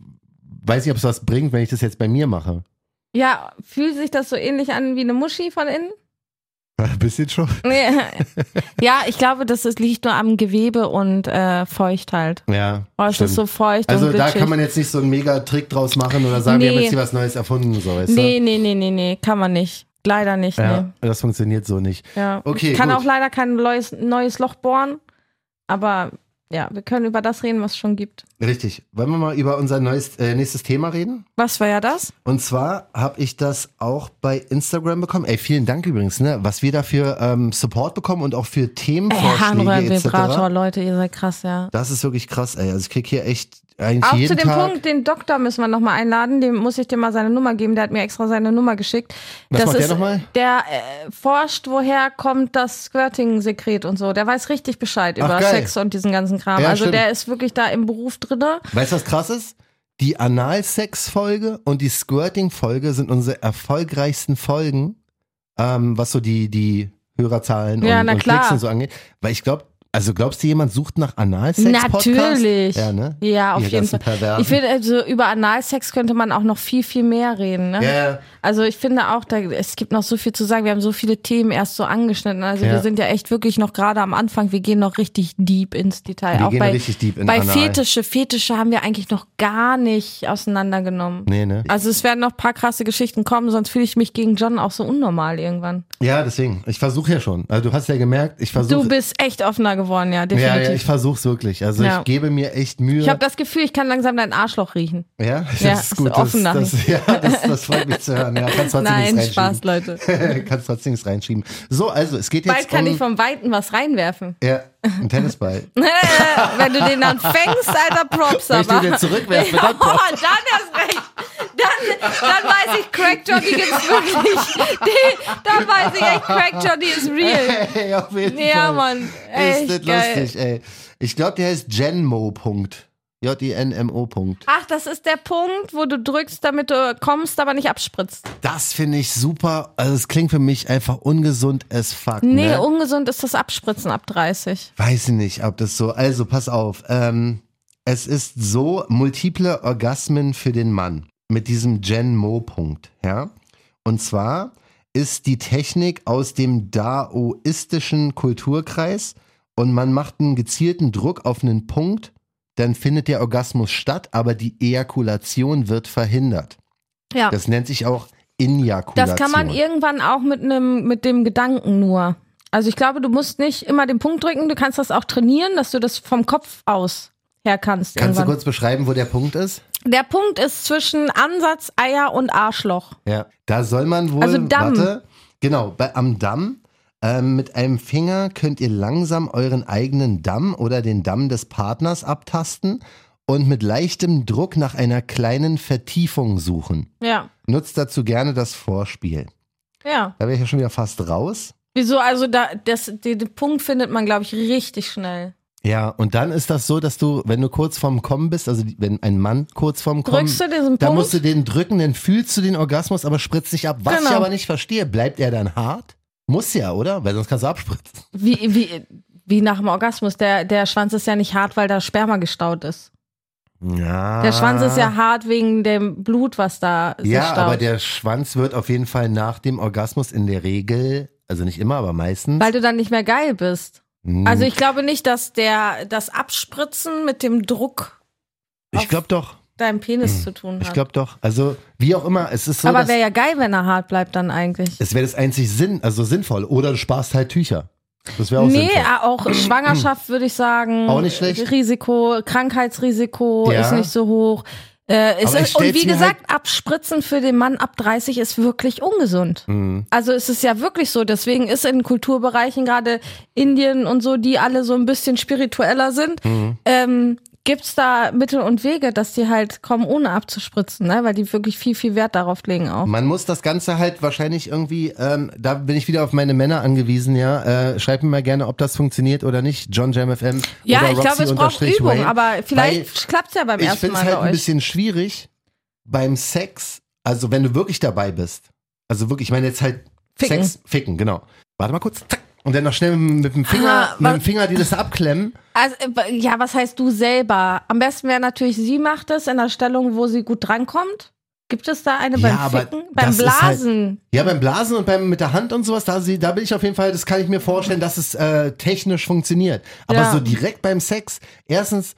S2: weiß nicht, ob es was bringt, wenn ich das jetzt bei mir mache.
S3: ja, fühlt sich das so ähnlich an wie eine Muschi von innen?
S6: Ein bisschen schon.
S3: Nee. Ja, ich glaube, das ist, liegt nur am Gewebe und äh, feucht halt.
S2: Ja.
S3: Oh, es
S2: stimmt.
S3: ist so feucht
S2: also
S3: und
S2: da
S3: glitschig.
S2: kann man jetzt nicht so einen mega Trick draus machen oder sagen, wir haben
S3: Nee.
S2: jetzt hier was Neues erfunden, so weißt
S3: Nee, nee, nee, nee, nee, kann man nicht. Leider nicht,
S2: du? äh, Ja,
S3: nee.
S2: das funktioniert so nicht.
S3: Ja.
S2: Okay,
S3: ich kann
S2: gut.
S3: auch leider kein neues, neues Loch bohren, aber ja, wir können über das reden, was es schon gibt.
S2: Richtig. Wollen wir mal über unser neues, äh, nächstes Thema reden?
S3: Was war ja das?
S2: Und zwar habe ich das auch bei Instagram bekommen. Ey, vielen Dank übrigens, ne, was wir dafür ähm, Support bekommen und auch für Themenvorschläge
S3: Harnröhrenvibrator,
S2: etc.
S3: Äh, Leute, ihr seid krass, ja.
S2: Das ist wirklich krass, ey. Also ich krieg hier echt eigentlich
S3: Auch
S2: jeden
S3: zu dem
S2: Tag.
S3: Punkt, den Doktor müssen wir nochmal einladen, dem muss ich dir mal seine Nummer geben, der hat mir extra seine Nummer geschickt.
S2: Was
S3: das
S2: macht der
S3: ist,
S2: nochmal?
S3: Der äh, forscht, woher kommt das Squirting-Sekret und so. Der weiß richtig Bescheid
S2: Ach,
S3: über
S2: geil.
S3: Sex und diesen ganzen Kram.
S2: Ja,
S3: also
S2: stimmt.
S3: der ist wirklich da im Beruf drinne.
S2: Weißt du, was krass ist? Die Analsex-Folge und die Squirting-Folge sind unsere erfolgreichsten Folgen, ähm, was so die, die Hörerzahlen
S3: Ja,
S2: und,
S3: na
S2: und
S3: klar.
S2: Klicks und so angeht. Weil ich glaube, also glaubst du, jemand sucht nach Analsex-Podcast?
S3: Natürlich.
S2: Ja, ne?
S3: Ja, auf
S2: Ihr
S3: jeden
S2: ganzen
S3: Fall.
S2: Perversen.
S3: Ich finde, also über Analsex könnte man auch noch viel, viel mehr reden. Ne?
S2: Ja, ja.
S3: Also ich finde auch, da, es gibt noch so viel zu sagen. Wir haben so viele Themen erst so angeschnitten. Also
S2: Ja.
S3: wir sind ja echt wirklich noch gerade am Anfang. Wir gehen noch richtig deep ins Detail.
S2: Wir
S3: auch
S2: gehen
S3: bei,
S2: richtig deep in
S3: bei
S2: Anal.
S3: Fetische. Fetische haben wir eigentlich noch gar nicht auseinandergenommen.
S2: Nee, ne?
S3: Also es werden noch ein paar krasse Geschichten kommen, sonst fühle ich mich gegen John auch so unnormal irgendwann.
S2: Ja, deswegen. Ich versuche ja schon. Also du hast ja gemerkt, ich versuche.
S3: Du bist echt offener geworden, ja,
S2: ja,
S3: definitiv.
S2: ja, ich versuch's wirklich. Also
S3: Ja.
S2: ich gebe mir echt Mühe.
S3: ich habe das Gefühl, ich kann langsam dein Arschloch riechen.
S2: ja, das
S3: Ja,
S2: ist
S3: ist
S2: gut. Das,
S3: offen nach
S2: das, ja, das, das freut mich zu hören. Ja, kannst trotzdem
S3: Nein,
S2: nichts
S3: Spaß,
S2: reinschieben.
S3: Leute.
S2: kannst trotzdem nichts reinschieben. So, also es geht jetzt
S3: Bald kann
S2: um
S3: ich vom Weiten was reinwerfen.
S2: ja, einen Tennisball.
S3: Wenn du den dann fängst, alter Props,
S2: Wenn ich
S3: aber.
S2: den jetzt zurückwerfe,
S3: Ja,
S2: dann
S3: oh, dann erst recht. Dann, dann weiß ich, Crack Johnny gibt's wirklich. Die, dann weiß ich echt, Crack Johnny ist real.
S2: Ey, auf jeden Fall.
S3: Ja, Mann.
S2: Ist
S3: Echt
S2: das
S3: geil.
S2: lustig, ey. Ich glaube, der heißt E Genmo. Punkt. E J-I-N-M-O. Punkt.
S3: Ach, das ist der Punkt, wo du drückst, damit du kommst, aber nicht abspritzt.
S2: Das finde ich super. Also es klingt für mich einfach ungesund as fuck.
S3: Nee,
S2: ne?
S3: ungesund ist das Abspritzen ab 30.
S2: Weiß ich nicht, ob das so. Also, pass auf. Ähm, es ist so multiple Orgasmen für den Mann mit diesem Gen Mo-Punkt, ja. Und zwar ist die Technik aus dem daoistischen Kulturkreis und man macht einen gezielten Druck auf einen Punkt, dann findet der Orgasmus statt, aber die Ejakulation wird verhindert.
S3: Ja.
S2: Das nennt sich auch Injakulation.
S3: Das kann man irgendwann auch mit einem mit dem Gedanken nur. Also ich glaube, du musst nicht immer den Punkt drücken, du kannst das auch trainieren, dass du das vom Kopf aus her kannst.
S2: Kannst du
S3: irgendwann.
S2: kurz beschreiben, wo der Punkt ist?
S3: Der Punkt ist zwischen Ansatz, Eier und Arschloch.
S2: Ja. Da soll man wohl.
S3: Also Damm.
S2: Warte, genau, bei, am Damm. Ähm, mit einem Finger könnt ihr langsam euren eigenen Damm oder den Damm des Partners abtasten und mit leichtem Druck nach einer kleinen Vertiefung suchen.
S3: Ja.
S2: Nutzt dazu gerne das Vorspiel.
S3: Ja.
S2: Da wäre ich ja schon wieder fast raus.
S3: Wieso? Also da, das, den, den Punkt findet man, glaube ich, richtig schnell.
S2: Ja, und dann ist das so, dass du, wenn du kurz vorm Kommen bist, also die- wenn ein Mann kurz vorm Kommen
S3: Drückst du diesen
S2: Da
S3: Punkt?
S2: musst du den drücken, dann fühlst du den Orgasmus, aber spritzt dich ab. Was
S3: Genau.
S2: ich aber nicht verstehe, bleibt er dann hart? Muss ja, oder? Weil sonst kannst du abspritzen.
S3: Wie, wie, wie nach dem Orgasmus. Der, der Schwanz ist ja nicht hart, weil da Sperma gestaut ist.
S2: Ja.
S3: Der Schwanz ist ja hart wegen dem Blut, was da sich
S2: Ah. Ja,
S3: staut.
S2: aber der Schwanz wird auf jeden Fall nach dem Orgasmus in der Regel, also nicht immer, aber meistens.
S3: weil du dann nicht mehr geil bist.
S2: Hm,
S3: Also ich glaube nicht, dass der das Abspritzen mit dem Druck
S2: ich glaube doch.
S3: deinem Penis zu tun hat.
S2: Hm. Ich glaube doch. Also, wie auch immer, es ist so.
S3: aber
S2: dass,
S3: wäre ja geil, wenn er hart bleibt dann eigentlich.
S2: es wäre das einzig Sinn, also sinnvoll. Oder du sparst halt Tücher. Das wäre auch
S3: Nee,
S2: sinnvoll.
S3: äh, auch Schwangerschaft würde ich sagen.
S2: Auch nicht schlecht.
S3: Risiko, Krankheitsrisiko
S2: Ja.
S3: ist nicht so hoch.
S2: Aber
S3: Äh, es
S2: ich
S3: ist, und
S2: stell's
S3: wie
S2: mir halt
S3: gesagt, Abspritzen für den Mann ab 30 ist wirklich ungesund.
S2: Mhm.
S3: Also es ist ja wirklich so. Deswegen ist in Kulturbereichen, gerade Indien und so, die alle so ein bisschen spiritueller sind,
S2: Mhm.
S3: ähm, gibt's da Mittel und Wege, dass die halt kommen, ohne abzuspritzen, ne? weil die wirklich viel, viel Wert darauf legen auch.
S2: Man muss das Ganze halt wahrscheinlich irgendwie, ähm, da bin ich wieder auf meine Männer angewiesen, ja. Äh, schreibt mir mal gerne, ob das funktioniert oder nicht. John Jam FM.
S3: Ja,
S2: oder
S3: ich glaube, es braucht
S2: Roxy-Wayne.
S3: Übung, aber
S2: Weil
S3: vielleicht klappt's ja beim
S2: ich
S3: ersten
S2: finde es
S3: Mal
S2: halt
S3: bei
S2: ein
S3: euch.
S2: bisschen schwierig beim Sex, also wenn du wirklich dabei bist. Also wirklich, ich meine jetzt halt
S3: Ficken.
S2: Sex, ficken, genau. Warte mal kurz, zack. Und dann noch schnell mit, mit dem Finger,
S3: Ah,
S2: mit
S3: wa-
S2: dem Finger, die das abklemmen.
S3: Also, äh, ja, was heißt du selber? Am besten wäre natürlich, sie macht es in der Stellung, wo sie gut drankommt. Gibt es da eine
S2: Ja,
S3: beim
S2: aber
S3: Ficken? Beim
S2: das ist halt
S3: Blasen?
S2: Ja, beim Blasen und beim mit der Hand und sowas, da, sie- da bin ich auf jeden Fall, das kann ich mir vorstellen, dass es äh, technisch funktioniert. Aber
S3: Ja.
S2: so direkt beim Sex, erstens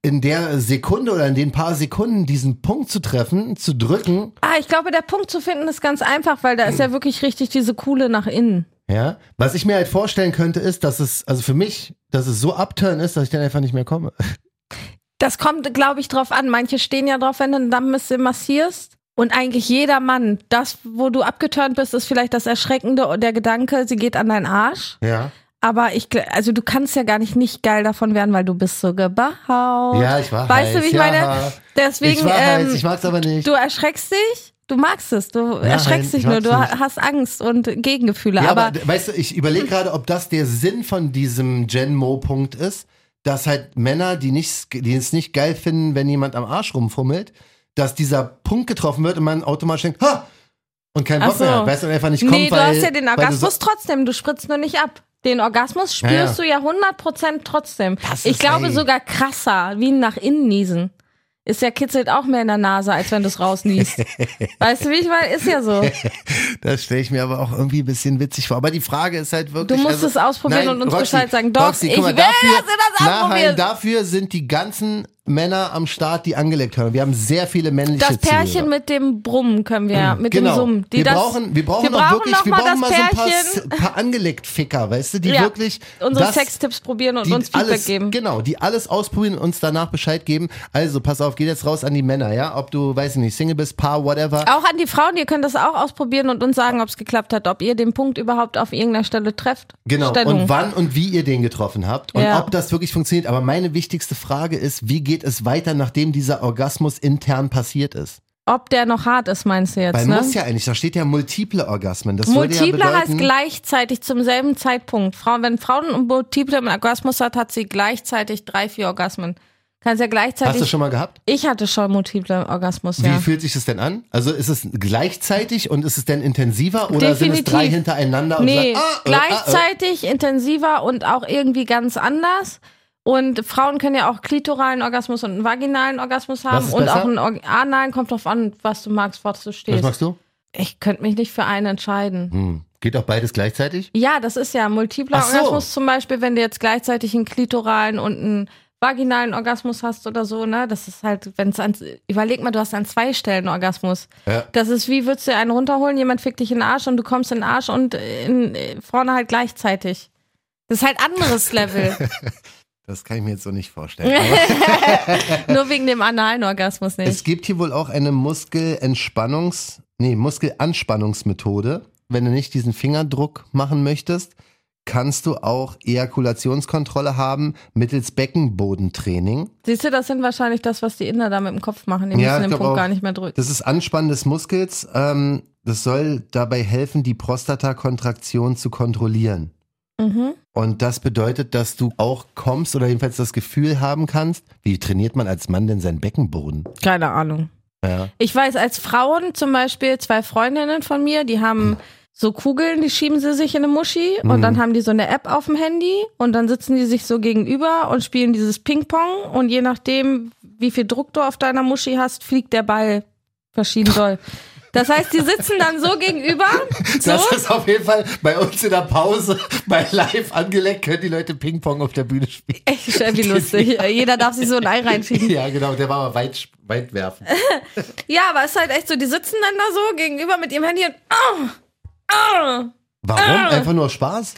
S2: in der Sekunde oder in den paar Sekunden diesen Punkt zu treffen, zu drücken,
S3: Ah, ich glaube, der Punkt zu finden ist ganz einfach, weil da ist
S2: Hm.
S3: ja wirklich richtig diese Kuhle nach innen.
S2: ja. Was ich mir halt vorstellen könnte, ist, dass es, also für mich, dass es so upturn ist, dass ich dann einfach nicht mehr komme.
S3: Das kommt, glaube ich, drauf an. Manche stehen ja drauf, wenn du einen Dammmisse massierst. Und eigentlich jeder Mann, das, wo du abgeturnt bist, ist vielleicht das Erschreckende und der Gedanke, sie geht an deinen Arsch.
S2: Ja.
S3: Aber ich, gl- also du kannst ja gar nicht nicht geil davon werden, weil du bist so gebaut.
S2: Ja, ich war heiß,
S3: Weißt du, wie ich
S2: ja.
S3: meine? Deswegen,
S2: ich war heiß,
S3: ähm,
S2: ich mag's aber nicht.
S3: du erschreckst dich, du magst es, du erschreckst dich
S2: ich
S3: nur,
S2: mag's
S3: du ha-
S2: nicht.
S3: hast Angst und Gegengefühle.
S2: Ja, aber,
S3: aber
S2: weißt du, ich überlege gerade, ob das der Sinn von diesem Gen-Mo-Punkt ist, dass halt Männer, die, nicht, die es nicht geil finden, wenn jemand am Arsch rumfummelt, dass dieser Punkt getroffen wird und man automatisch denkt, ha! Und keinen
S3: Ach
S2: Bock mehr
S3: so.
S2: hat, weißt du, und einfach nicht kommt,
S3: nee, du
S2: weil,
S3: hast ja den
S2: weil du
S3: Orgasmus trotzdem, du spritzt nur nicht ab. Den Orgasmus spürst
S2: Ja,
S3: du ja 100% trotzdem.
S2: Das
S3: Ich
S2: ist,
S3: glaube
S2: ey.
S3: sogar krasser, wie ein nach innen niesen. Ist ja kitzelt auch mehr in der Nase, als wenn du es rausniest. weißt du, wie ich meine? Ist ja so.
S2: so, das stelle ich mir aber auch irgendwie ein bisschen witzig vor. Aber die Frage ist halt wirklich...
S3: Du musst
S2: also,
S3: es ausprobieren und uns Bescheid sagen. Doch,
S2: Roxy, guck
S3: ich
S2: mal,
S3: will,
S2: dafür,
S3: dass du das
S2: Nein,
S3: ausprobierst.
S2: dafür sind die ganzen Männer am Start, die angelegt haben. Wir haben sehr viele männliche
S3: Das
S2: Zuhörer.
S3: Pärchen mit dem Brummen können wir, mit
S2: genau.
S3: dem Summen. Die
S2: wir,
S3: das,
S2: brauchen, wir brauchen
S3: wir
S2: auch wirklich,
S3: noch
S2: wir
S3: mal
S2: brauchen mal
S3: das
S2: so ein paar,
S3: Pärchen.
S2: S- paar Angeleckt-Ficker, weißt du, die
S3: Ja,
S2: wirklich
S3: unsere
S2: das,
S3: Sextipps probieren und
S2: die
S3: uns Feedback
S2: alles,
S3: geben.
S2: Genau, die alles ausprobieren und uns danach Bescheid geben. Also, pass auf, geht jetzt raus an die Männer, ja? Ob du, weiß ich nicht, Single bist, Paar, whatever.
S3: Auch an die Frauen, ihr könnt das auch ausprobieren und uns sagen, ob es geklappt hat, ob ihr den Punkt überhaupt auf irgendeiner Stelle trefft.
S2: Genau,
S3: Stellung.
S2: und wann und wie ihr den getroffen habt und
S3: Ja.
S2: ob das wirklich funktioniert. Aber meine wichtigste Frage ist, wie geht es weiter, nachdem dieser Orgasmus intern passiert ist?
S3: Ob der noch hart ist, meinst du jetzt,
S2: Weil
S3: ne?
S2: muss ja eigentlich, da steht ja multiple Orgasmen. Das würde
S3: Multiple
S2: ja bedeuten,
S3: heißt gleichzeitig zum selben Zeitpunkt. Frauen, wenn Frauen einen Multiple im Orgasmus hat, hat sie gleichzeitig drei, vier Orgasmen. Kannst ja
S2: Hast
S3: gleichzeitig.
S2: du schon mal gehabt?
S3: ich hatte schon multiple Orgasmus,
S2: Wie
S3: ja.
S2: fühlt sich das denn an? Also ist es gleichzeitig und ist es denn intensiver oder sind es
S3: Definitiv.
S2: drei hintereinander? Und
S3: Nee,
S2: sagt, ah, äh, Ah,
S3: gleichzeitig intensiver und auch irgendwie ganz anders. Und Frauen können ja auch klitoralen Orgasmus und einen vaginalen Orgasmus haben
S2: ist
S3: und
S2: besser?
S3: auch einen Org- analen, kommt drauf an, was du magst, worauf du
S2: äh. Was
S3: stehst.
S2: machst du?
S3: Ich könnte mich nicht für einen entscheiden.
S2: Hm. Geht auch beides gleichzeitig?
S3: Ja, das ist ja multipler
S2: Ach so.
S3: Orgasmus zum Beispiel, wenn du jetzt gleichzeitig einen klitoralen und einen vaginalen Orgasmus hast oder so, ne? Das ist halt, wenn es an, überleg mal, du hast an zwei Stellen Orgasmus.
S2: Ja.
S3: Das ist wie, würdest du einen runterholen, jemand fickt dich in den Arsch und du kommst in den Arsch und in, vorne halt gleichzeitig. Das ist halt anderes Level.
S2: Das kann ich mir jetzt so nicht vorstellen. Aber
S3: Nur wegen dem analen Orgasmus nicht.
S2: es gibt hier wohl auch eine Muskelentspannungs-, nee, Muskelanspannungsmethode. Wenn du nicht diesen Fingerdruck machen möchtest, kannst du auch Ejakulationskontrolle haben mittels Beckenbodentraining.
S3: Siehst du, das sind wahrscheinlich das, was die Inder da mit dem Kopf machen. Die
S2: Ja, ich
S3: müssen den
S2: glaub
S3: Punkt
S2: auch.
S3: gar nicht mehr drücken.
S2: Das ist Anspannen des Muskels. Ähm, das soll dabei helfen, die Prostatakontraktion zu kontrollieren.
S3: Mhm.
S2: Und das bedeutet, dass du auch kommst oder jedenfalls das Gefühl haben kannst, wie trainiert man als Mann denn seinen Beckenboden?
S3: Keine Ahnung.
S2: Ja.
S3: Ich weiß, als Frauen zum Beispiel, zwei Freundinnen von mir, die
S6: Hm.
S3: haben so Kugeln, die schieben sie sich in eine Muschi und dann haben die so eine App auf dem Handy und dann sitzen die sich so gegenüber und spielen dieses Ping-Pong und je nachdem, wie viel Druck du auf deiner Muschi hast, fliegt der Ball verschieden doll. Das heißt, die sitzen dann so gegenüber. So.
S6: Das ist auf jeden Fall bei uns in der Pause, bei Live angelegt, können die Leute Ping-Pong auf der Bühne spielen.
S3: Echt, wie lustig. Jeder darf sich so ein Ei reinschieben.
S6: Ja, genau, der war mal weit, weit werfen.
S3: Ja, aber es ist halt echt so, die sitzen dann da so gegenüber mit ihrem Handy und oh,
S2: Warum? Ah! Einfach nur Spaß?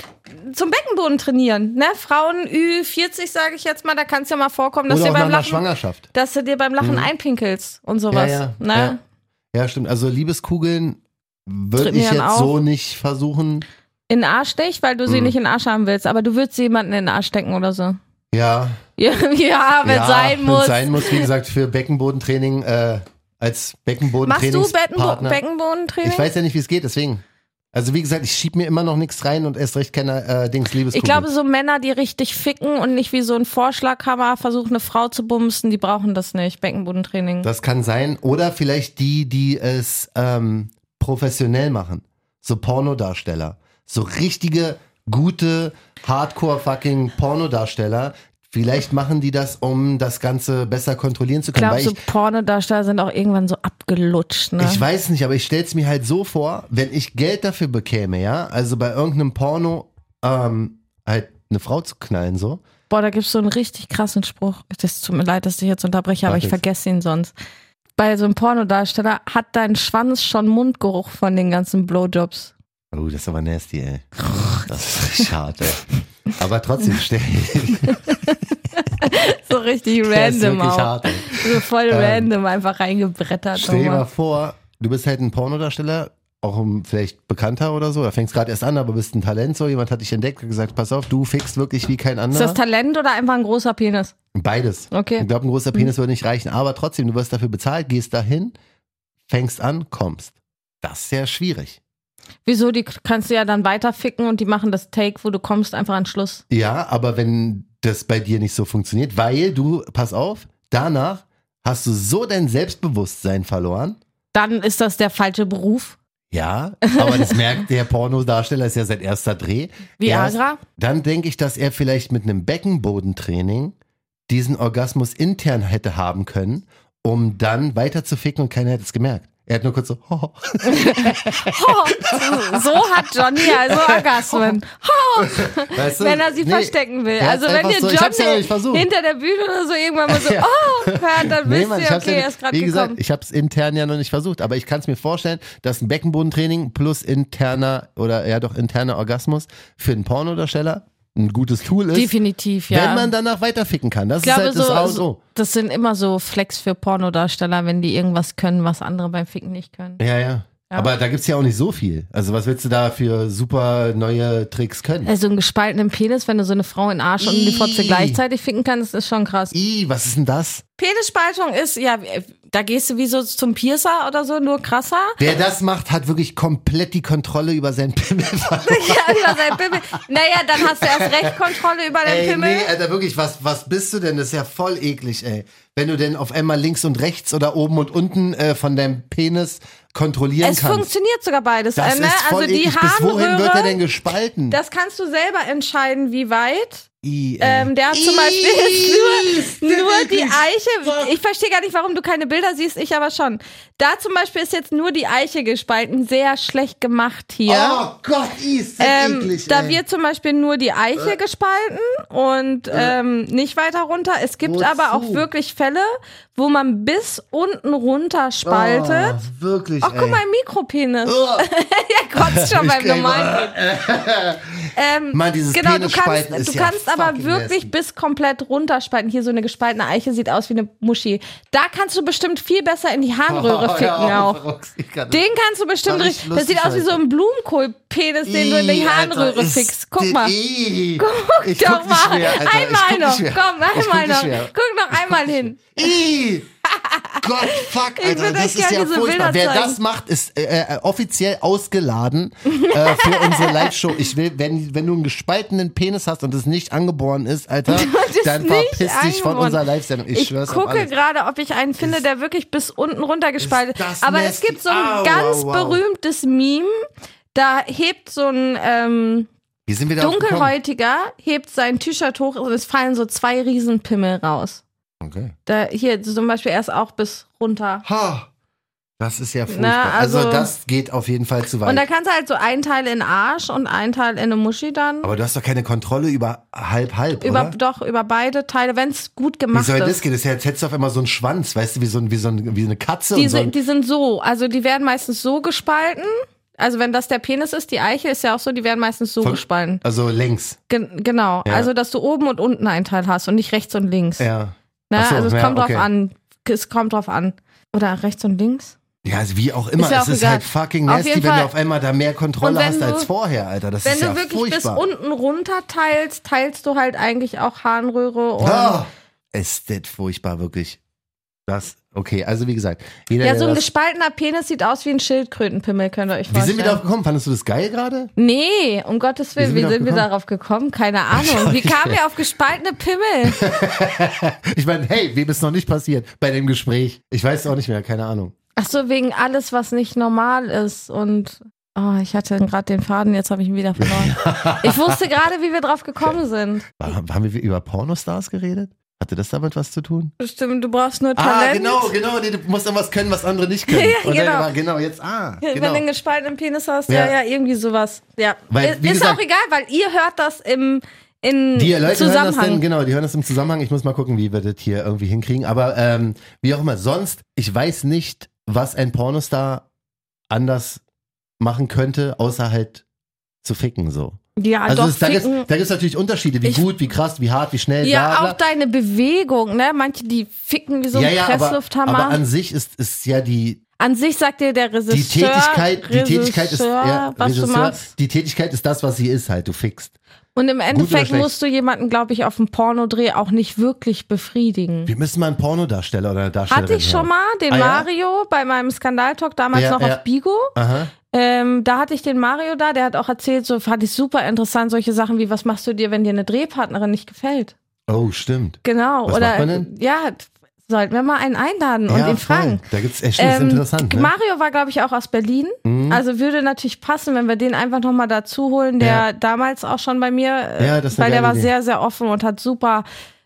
S3: oh, zum Beckenboden trainieren. Ne? Frauen Ü40, sage ich jetzt mal, da kann es ja mal vorkommen, dass
S2: Oder
S3: dir
S2: auch nach
S3: beim
S2: einer
S3: Lachen,
S2: Schwangerschaft?
S3: dass du dir beim Lachen einpinkelst und sowas.
S2: Ja, ja,
S3: ne?
S2: Ja, stimmt. Also Liebeskugeln würde ich
S3: Trainieren
S2: jetzt
S3: auch.
S2: so nicht versuchen.
S3: In den Arsch dich, weil du
S2: Mhm.
S3: sie nicht in den Arsch haben willst, aber du würdest jemanden in den Arsch stecken oder so.
S2: Ja,
S3: Ja, ja wenn
S2: ja,
S3: sein
S2: wenn's
S3: muss.
S2: sein muss, wie gesagt, für Beckenbodentraining, äh, als
S3: Machst du Becken
S2: Beckenbodentrainingspartner.
S3: Beckenbodentraining?
S2: Ich weiß ja nicht, wie es geht, deswegen. Also wie gesagt, ich schieb mir immer noch nichts rein und erst recht keine äh, Dings Liebeskugeln.
S3: Ich glaube, so Männer, die richtig ficken und nicht wie so ein Vorschlaghammer versuchen, eine Frau zu bumsen, die brauchen das nicht. Beckenbodentraining.
S2: das kann sein. Oder vielleicht die, die es ähm, professionell machen. So Pornodarsteller. So richtige, gute, hardcore fucking Pornodarsteller. Vielleicht machen die das, um das Ganze besser kontrollieren zu
S3: Ich
S2: können.
S3: glaube,
S2: Weil
S3: so
S2: ich,
S3: Pornodarsteller sind auch irgendwann so abgelutscht, ne?
S2: Ich weiß nicht, aber ich stell's mir halt so vor, wenn ich Geld dafür bekäme, ja, also bei irgendeinem Porno ähm, halt eine Frau zu knallen, so.
S3: Boah, da gibt's so einen richtig krassen Spruch. Das tut mir leid, dass ich jetzt unterbreche, aber
S2: Mach
S3: ich
S2: nichts.
S3: vergesse ihn sonst. Bei so einem Pornodarsteller hat dein Schwanz schon Mundgeruch von den ganzen Blowjobs.
S2: Oh, das ist aber nasty, ey. Das ist richtig hart, ey. Aber trotzdem stell ich
S3: So richtig
S2: das ist
S3: random
S2: wirklich
S3: auch.
S2: hart, ey.
S3: So voll random einfach reingebrettert.
S2: Stell dir
S3: nochmal.
S2: mal vor, du bist halt ein Pornodarsteller, auch ein vielleicht Bekannter oder so, da fängst gerade erst an, aber bist ein Talent, so jemand hat dich entdeckt und gesagt, pass auf, du fickst wirklich wie kein
S3: Ist das
S2: anderer.
S3: Talent oder einfach ein großer Penis?
S2: Beides.
S3: Okay.
S2: Ich glaube, ein großer Penis würde nicht reichen, aber trotzdem, du wirst dafür bezahlt, gehst dahin, fängst an, kommst. Das ist ja schwierig.
S3: Wieso? Die kannst du ja dann weiterficken und die machen das Take, wo du kommst, einfach an Schluss.
S2: Ja, aber wenn das bei dir nicht so funktioniert, weil du, pass auf, danach hast du so dein Selbstbewusstsein verloren.
S3: Dann ist das der falsche Beruf.
S2: Ja, aber das merkt der Pornodarsteller, ist ja sein erster Dreh.
S3: Viagra?
S2: Dann denke ich, dass er vielleicht mit einem Beckenbodentraining diesen Orgasmus intern hätte haben können, um dann weiter zu ficken und keiner hätte es gemerkt. Er hat nur kurz so,
S3: Oh, so hat Johnny also Orgasmen. Oh,
S2: weißt du?
S3: wenn er sie
S2: Nee,
S3: verstecken will.
S2: er
S3: Also
S2: hat's
S3: wenn
S2: einfach
S3: ihr
S2: so, ich hab's ja noch
S3: Johnny
S2: nicht versucht.
S3: hinter der Bühne oder so irgendwann mal so, oh, hört, dann
S2: Nee,
S3: wisst
S2: Mann, ich
S3: ihr,
S2: hab's
S3: okay,
S2: ja,
S3: er ist gerade
S2: wie gesagt,
S3: gekommen.
S2: ich habe es intern ja noch nicht versucht, aber ich kann es mir vorstellen, dass ein Beckenbodentraining plus interner oder ja doch interner Orgasmus für einen Pornodarsteller ein gutes Tool ist,
S3: Definitiv, ja.
S2: wenn man danach weiterficken kann. Das
S3: ich glaube,
S2: ist halt das
S3: so,
S2: A und
S3: so-
S2: O.
S3: das sind immer so Flex für Pornodarsteller, wenn die irgendwas können, was andere beim Ficken nicht können.
S2: Ja, ja. Aber da gibt's ja auch nicht so viel. Also was willst du da für super neue Tricks können?
S3: Also einen gespaltenen Penis, wenn du so eine Frau in den Arsch und in die Fotze
S2: Ih.
S3: gleichzeitig ficken kannst, ist schon krass.
S2: I, was ist denn das?
S3: Penisspaltung ist, ja, da gehst du wie so zum Piercer oder so, nur krasser.
S2: Wer das macht, hat wirklich komplett die Kontrolle über seinen Pimmel verloren.
S3: Ja, über seinen Pimmel. Naja, dann hast du erst recht Kontrolle über deinen
S2: Ey,
S3: Pimmel.
S2: nee, Alter, wirklich, was, was bist du denn? Das ist ja voll eklig, ey. Wenn du denn auf einmal links und rechts oder oben und unten äh, von deinem Penis kontrollieren
S3: es
S2: kannst.
S3: funktioniert sogar beides.
S2: Das
S3: äh, ne?
S2: ist voll
S3: Also die
S2: eklig. Bis wohin wird er
S3: Harnröhre,
S2: denn gespalten?
S3: das kannst du selber entscheiden, wie weit.
S2: I, äh, ey.
S3: Ähm, der hat zum Beispiel jetzt nur, nur die Eiche. Ich verstehe gar nicht, warum du keine Bilder siehst, ich aber schon. Da zum Beispiel ist jetzt nur die Eiche gespalten. Sehr schlecht gemacht hier.
S2: Oh Gott, I, ist das
S3: Ähm,
S2: eklig,
S3: da
S2: ey. Äh.
S3: wird zum Beispiel nur die Eiche gespalten und ähm, nicht weiter runter. Es gibt
S2: Wozu?
S3: aber auch wirklich Fälle, wo man bis unten runter spaltet.
S2: Oh, wirklich,
S3: Ach,
S2: ey.
S3: guck mal, ein Mikropenis. Der kotzt schon beim
S2: kann-
S3: normalen. Ähm,
S2: Mann, dieses
S3: genau, du kannst,
S2: Penisspalten ist
S3: du
S2: ja
S3: kannst aber
S2: fucking
S3: wirklich
S2: nasty.
S3: bis komplett runterspalten. Hier so eine gespaltene Eiche sieht aus wie eine Muschi. Da kannst du bestimmt viel besser in die Harnröhre ficken auch.
S2: Roxy, kann
S3: Den kannst du bestimmt
S2: Fand ich
S3: richtig. Das
S2: lustig,
S3: sieht aus wie so
S2: Alter.
S3: ein Blumenkohlpenis, den du in die Harnröhre fickst. Guck mal.
S2: Guck
S3: Guck
S2: ich
S3: doch
S2: guck nicht
S3: mal.
S2: mehr, Alter. ich
S3: einmal
S2: guck
S3: noch.
S2: Nicht mehr.
S3: Komm,
S2: Ich guck
S3: einmal
S2: nicht
S3: noch.
S2: mehr.
S3: Guck noch einmal hin.
S2: Ih! Gott, fuck, Alter,
S3: würd
S2: das
S3: euch
S2: ist
S3: gerne
S2: ja
S3: diese
S2: furchtbar.
S3: Bilder
S2: Wer
S3: zeigen.
S2: das macht, ist äh, äh, offiziell ausgeladen äh, für unsere Live-Show. Ich will, wenn, wenn du einen gespaltenen Penis hast und es nicht angeboren ist, Alter,
S3: ist
S2: dann
S3: nicht
S2: verpiss dich von
S3: angeboren.
S2: unserer Live-Sendung. Ich,
S3: Ich
S2: schwör's auf
S3: gucke
S2: alles.
S3: gerade, ob ich einen finde, der wirklich bis unten runtergespaltet
S2: ist das
S3: ist. Aber es
S2: nasty.
S3: gibt so ein
S2: Au,
S3: ganz
S2: au, au.
S3: berühmtes Meme. Da hebt so ein ähm,
S2: Wie sind wir da gekommen?
S3: Dunkelhäutiger, hebt sein T-Shirt hoch und es fallen so zwei Riesenpimmel raus.
S2: Okay.
S3: Da, hier zum Beispiel erst auch bis runter.
S2: Ha. Das ist ja furchtbar.
S3: Na,
S2: also,
S3: also-
S2: das geht auf jeden Fall zu weit.
S3: Und da kannst du halt so einen Teil in den Arsch und einen Teil in eine Muschi dann.
S2: Aber du hast doch keine Kontrolle über halb-halb,
S3: über,
S2: oder?
S3: doch, über beide Teile, wenn es gut
S2: Wie
S3: gemacht
S2: soll das
S3: ist.
S2: gehen? Das ist ja, als hättest du auf einmal so einen Schwanz, weißt du, wie, so ein, wie, so ein, wie eine Katze
S3: Die,
S2: und so
S3: sind-
S2: ein
S3: die sind so, also die werden meistens so gespalten. Also wenn das der Penis ist, die Eiche ist ja auch so, die werden meistens so
S2: Von-
S3: gespalten.
S2: Also längs.
S3: Gen genau.
S2: Ja.
S3: Also dass du oben und unten einen Teil hast und nicht rechts und links.
S2: Ja.
S3: Ne?
S2: Ach so,
S3: also es
S2: ja,
S3: kommt
S2: okay.
S3: drauf an. Es kommt drauf an. Oder rechts und links.
S2: Ja, also wie auch immer.
S3: Ist ja
S2: es
S3: auch
S2: ist
S3: egal.
S2: halt fucking
S3: Auf
S2: nasty,
S3: jeden
S2: wenn du
S3: Fall.
S2: auf einmal da mehr Kontrolle
S3: Und wenn
S2: hast
S3: du-
S2: als vorher, Alter. Das
S3: Wenn
S2: ist
S3: du
S2: ja
S3: wirklich
S2: furchtbar.
S3: bis unten runter teilst, teilst du halt eigentlich auch Harnröhre und
S2: Ah, ist das furchtbar, wirklich. Das, okay, also wie gesagt. Jeder,
S3: Ja,
S2: der
S3: so ein
S2: das,
S3: gespaltener Penis sieht aus wie ein Schildkrötenpimmel, könnt ihr euch
S2: wie
S3: vorstellen.
S2: sind wir darauf gekommen? Fandest du das geil gerade?
S3: Nee, um Gottes Willen, wie sind, wir, darauf gekommen? Keine Ahnung. Wie kamen wir auf gespaltene Pimmel?
S2: Ich meine, hey, wem ist noch nicht passiert bei dem Gespräch? Ich weiß auch nicht mehr, keine Ahnung.
S3: Ach so, wegen alles, was nicht normal ist und oh, ich hatte gerade den Faden, jetzt habe ich ihn wieder verloren. Ich wusste gerade, wie wir drauf gekommen sind.
S2: Haben haben wir über Pornostars geredet? Hatte das damit was zu tun?
S3: Stimmt, du brauchst nur
S2: Ah,
S3: Talent.
S2: genau, genau. nee, Du musst dann was können, was andere nicht können.
S3: Ja,
S2: Und dann
S3: genau.
S2: war- genau, jetzt, ah,
S3: Wenn du
S2: genau.
S3: einen gespaltenen Penis hast, ja,
S2: Ja.
S3: ja, irgendwie sowas. Ja.
S2: Weil,
S3: ist
S2: wie gesagt-
S3: auch egal, weil ihr hört das im in
S2: Die Leute hören das
S3: Zusammenhang.
S2: dann, genau, die hören das im Zusammenhang. Ich muss mal gucken, wie wir das hier irgendwie hinkriegen. Aber ähm, wie auch immer, sonst, ich weiß nicht, was ein Pornostar anders machen könnte, außer halt zu ficken so.
S3: ja,
S2: Also
S3: Ah, doch,
S2: es, da gibt
S3: ficken.
S2: da gibt's natürlich Unterschiede, wie
S3: Ich-
S2: gut, wie krass, wie hart, wie schnell,
S3: Ja,
S2: bla,
S3: auch
S2: bla.
S3: deine Bewegung, ne? Manche, die ficken wie so ein
S2: ja, ja, aber,
S3: Presslufthammer.
S2: aber an sich ist, ist ja die,
S3: An sich sagt dir der Regisseur,
S2: die Tätigkeit, die Tätigkeit ist,
S3: Regisseur,
S2: ja,
S3: was du
S2: Regisseur,
S3: machst.
S2: die Tätigkeit ist das, was sie ist halt, du fickst.
S3: Und im
S2: oder
S3: Endeffekt
S2: schlecht?
S3: musst du jemanden, glaube ich, auf dem Pornodreh auch nicht wirklich befriedigen.
S2: Wir müssen mal einen Pornodarsteller oder eine Darstellerin
S3: Hatte ich schon
S2: hören.
S3: mal den
S2: Ah, ja?
S3: Mario bei meinem Skandaltalk damals
S2: Ja,
S3: noch
S2: ja.
S3: auf Bigo.
S2: Aha.
S3: Ähm, da hatte ich den Mario da, der hat auch erzählt, so fand ich super interessant, solche Sachen wie, was machst du dir, wenn dir eine Drehpartnerin nicht gefällt?
S2: Oh, stimmt.
S3: Genau.
S2: Was
S3: Oder
S2: macht man denn?
S3: ja, sollten wir mal einen einladen und
S2: ja,
S3: ihn fragen.
S2: voll. Da gibt's echt das ist
S3: Ähm,
S2: interessant, ne? Mhm.
S3: Mario war, glaube ich, auch aus Berlin. Also würde natürlich passen, wenn wir den einfach nochmal dazu holen, der
S2: Ja.
S3: damals auch schon bei mir, äh,
S2: Ja, das ist eine
S3: weil der
S2: geile
S3: war
S2: Idee.
S3: sehr, sehr offen und hat super,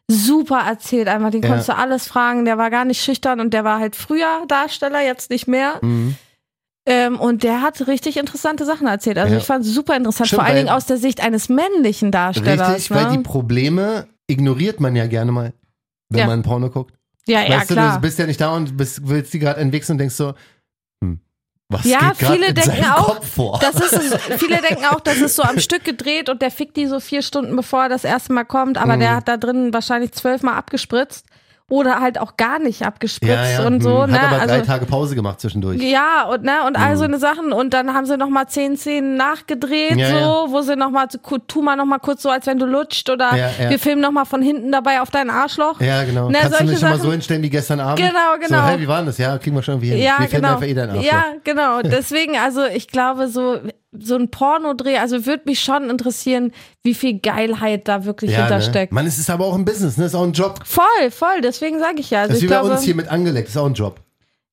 S3: super erzählt. Einfach, den
S2: Ja.
S3: konntest du alles fragen. Der war gar nicht schüchtern und der war halt früher Darsteller, jetzt nicht mehr.
S2: Mhm.
S3: Ähm, und der hat richtig interessante Sachen erzählt. Also
S2: Ja.
S3: ich fand es super interessant,
S2: Stimmt,
S3: vor allen
S2: weil-
S3: Dingen aus der Sicht eines männlichen Darstellers.
S2: Richtig,
S3: ne?
S2: weil die Probleme ignoriert man ja gerne mal, wenn
S3: Ja.
S2: man Porno guckt.
S3: ja, ja,
S2: weißt du,
S3: klar.
S2: du bist ja nicht da und bist, willst die gerade entwickeln und denkst so, hm, was
S3: Ja,
S2: geht gerade
S3: viele
S2: in
S3: denken
S2: seinem
S3: auch,
S2: Kopf vor?
S3: Das ist es, viele denken auch, das ist so am Stück gedreht und der fickt die so vier Stunden bevor er das erste Mal kommt, aber
S2: Mhm.
S3: der hat da drin wahrscheinlich zwölfmal abgespritzt oder halt auch gar nicht abgespritzt
S2: ja, ja,
S3: und
S2: hm,
S3: so.
S2: Hat
S3: ne?
S2: aber drei
S3: also,
S2: Tage Pause gemacht zwischendurch.
S3: ja, und ne, und all so eine Sachen. Und dann haben sie nochmal zehn Szenen nachgedreht,
S2: Ja,
S3: so,
S2: ja.
S3: wo sie nochmal, so, ku- tu mal nochmal kurz so, als wenn du lutscht oder
S2: Ja, ja.
S3: wir filmen nochmal von hinten dabei auf dein Arschloch.
S2: Ja, genau.
S3: Ne,
S2: Kannst du
S3: solche
S2: mich schon mal
S3: Sachen-
S2: so hinstellen wie gestern Abend?
S3: Genau,
S2: So,
S3: genau.
S2: hey, wie war denn das? Ja, kriegen wir schon irgendwie hin.
S3: Ja,
S2: wir filmen
S3: genau.
S2: einfach eh deinen Arsch.
S3: ja, genau. Deswegen, also ich glaube, so, so ein Pornodreh, also würde mich schon interessieren, wie viel Geilheit da wirklich
S2: ja ne?
S3: hintersteckt.
S2: Mann, es ist aber auch ein Business, ne? Ist auch ein Job.
S3: Voll, voll, deswegen sage ich ja. Also
S2: Das ist
S3: ich
S2: wie bei
S3: glaube,
S2: uns hier mit angelegt, ist auch ein Job.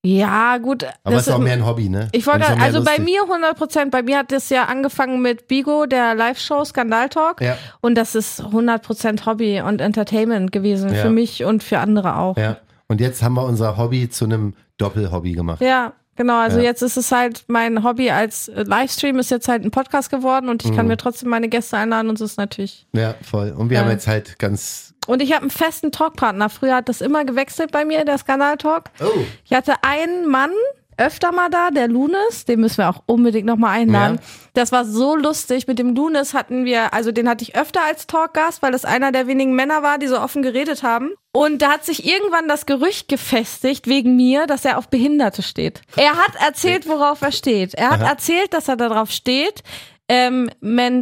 S3: ja, gut.
S2: Aber
S3: das
S2: es ist auch mehr ein Hobby, ne?
S3: ich
S2: Und
S3: wollte
S2: ist auch
S3: gerade,
S2: mehr
S3: also bei
S2: lustig.
S3: mir 100 Prozent, bei mir hat das ja angefangen mit Bigo, der Live-Show Skandal Talk.
S2: Ja.
S3: Und das ist 100 Prozent Hobby und Entertainment gewesen
S2: Ja.
S3: für mich und für andere auch.
S2: Ja. Und jetzt haben wir unser Hobby zu einem Doppelhobby gemacht.
S3: Ja, genau. Also
S2: Ja.
S3: jetzt ist es halt mein Hobby als äh, Livestream ist jetzt halt ein Podcast geworden und ich kann mir trotzdem meine Gäste einladen und es ist natürlich.
S2: Ja, voll. Und wir
S3: Ja.
S2: haben jetzt halt ganz.
S3: Und ich habe einen festen Talkpartner. Früher hat das immer gewechselt bei mir, der Skandal Talk.
S2: Oh,
S3: Ich hatte einen Mann, öfter mal da, der Lunis, den müssen wir auch unbedingt nochmal einladen.
S2: Ja.
S3: Das war so lustig. Mit dem Lunis hatten wir, also den hatte ich öfter als Talkgast, weil das einer der wenigen Männer war, die so offen geredet haben. Und da hat sich irgendwann das Gerücht gefestigt wegen mir, dass er auf Behinderte steht. Er hat erzählt, worauf er steht. Er hat erzählt, dass er darauf steht, ähm,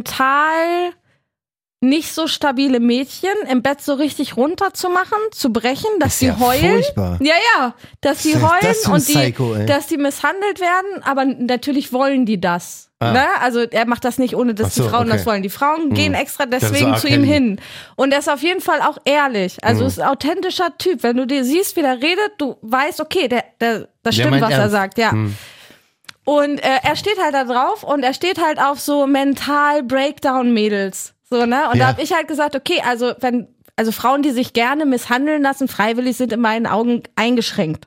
S3: mental nicht so stabile Mädchen im Bett so richtig runterzumachen, zu brechen, dass
S2: Ist
S3: sie
S2: ja
S3: heulen.
S2: furchtbar.
S3: Ja, ja, dass sie
S2: Was ist
S3: heulen
S2: das für ein
S3: und die,
S2: Psycho, ey?
S3: dass die misshandelt werden, aber natürlich wollen die das. Ne? Also er macht das nicht, ohne
S2: Ah.
S3: dass
S2: Ach so,
S3: die Frauen
S2: okay. Hm.
S3: das wollen. Die Frauen gehen extra
S6: ist
S3: deswegen
S6: so
S3: zu
S6: R.
S3: ihm
S6: Kelly.
S3: hin. Und er ist auf jeden Fall auch ehrlich.
S2: Hm.
S3: Also ist ein authentischer Typ. Wenn du dir siehst, wie der redet, du weißt, okay, der, der, das
S2: Der
S3: stimmt,
S2: meint
S3: was er
S2: ernst. Hm.
S3: sagt, ja. Und äh, er steht halt da drauf und er steht halt auf so mental Breakdown-Mädels. So, ne?
S2: Ja.
S3: Und da habe ich halt gesagt, okay, also wenn, also Frauen, die sich gerne misshandeln lassen, freiwillig sind in meinen Augen eingeschränkt.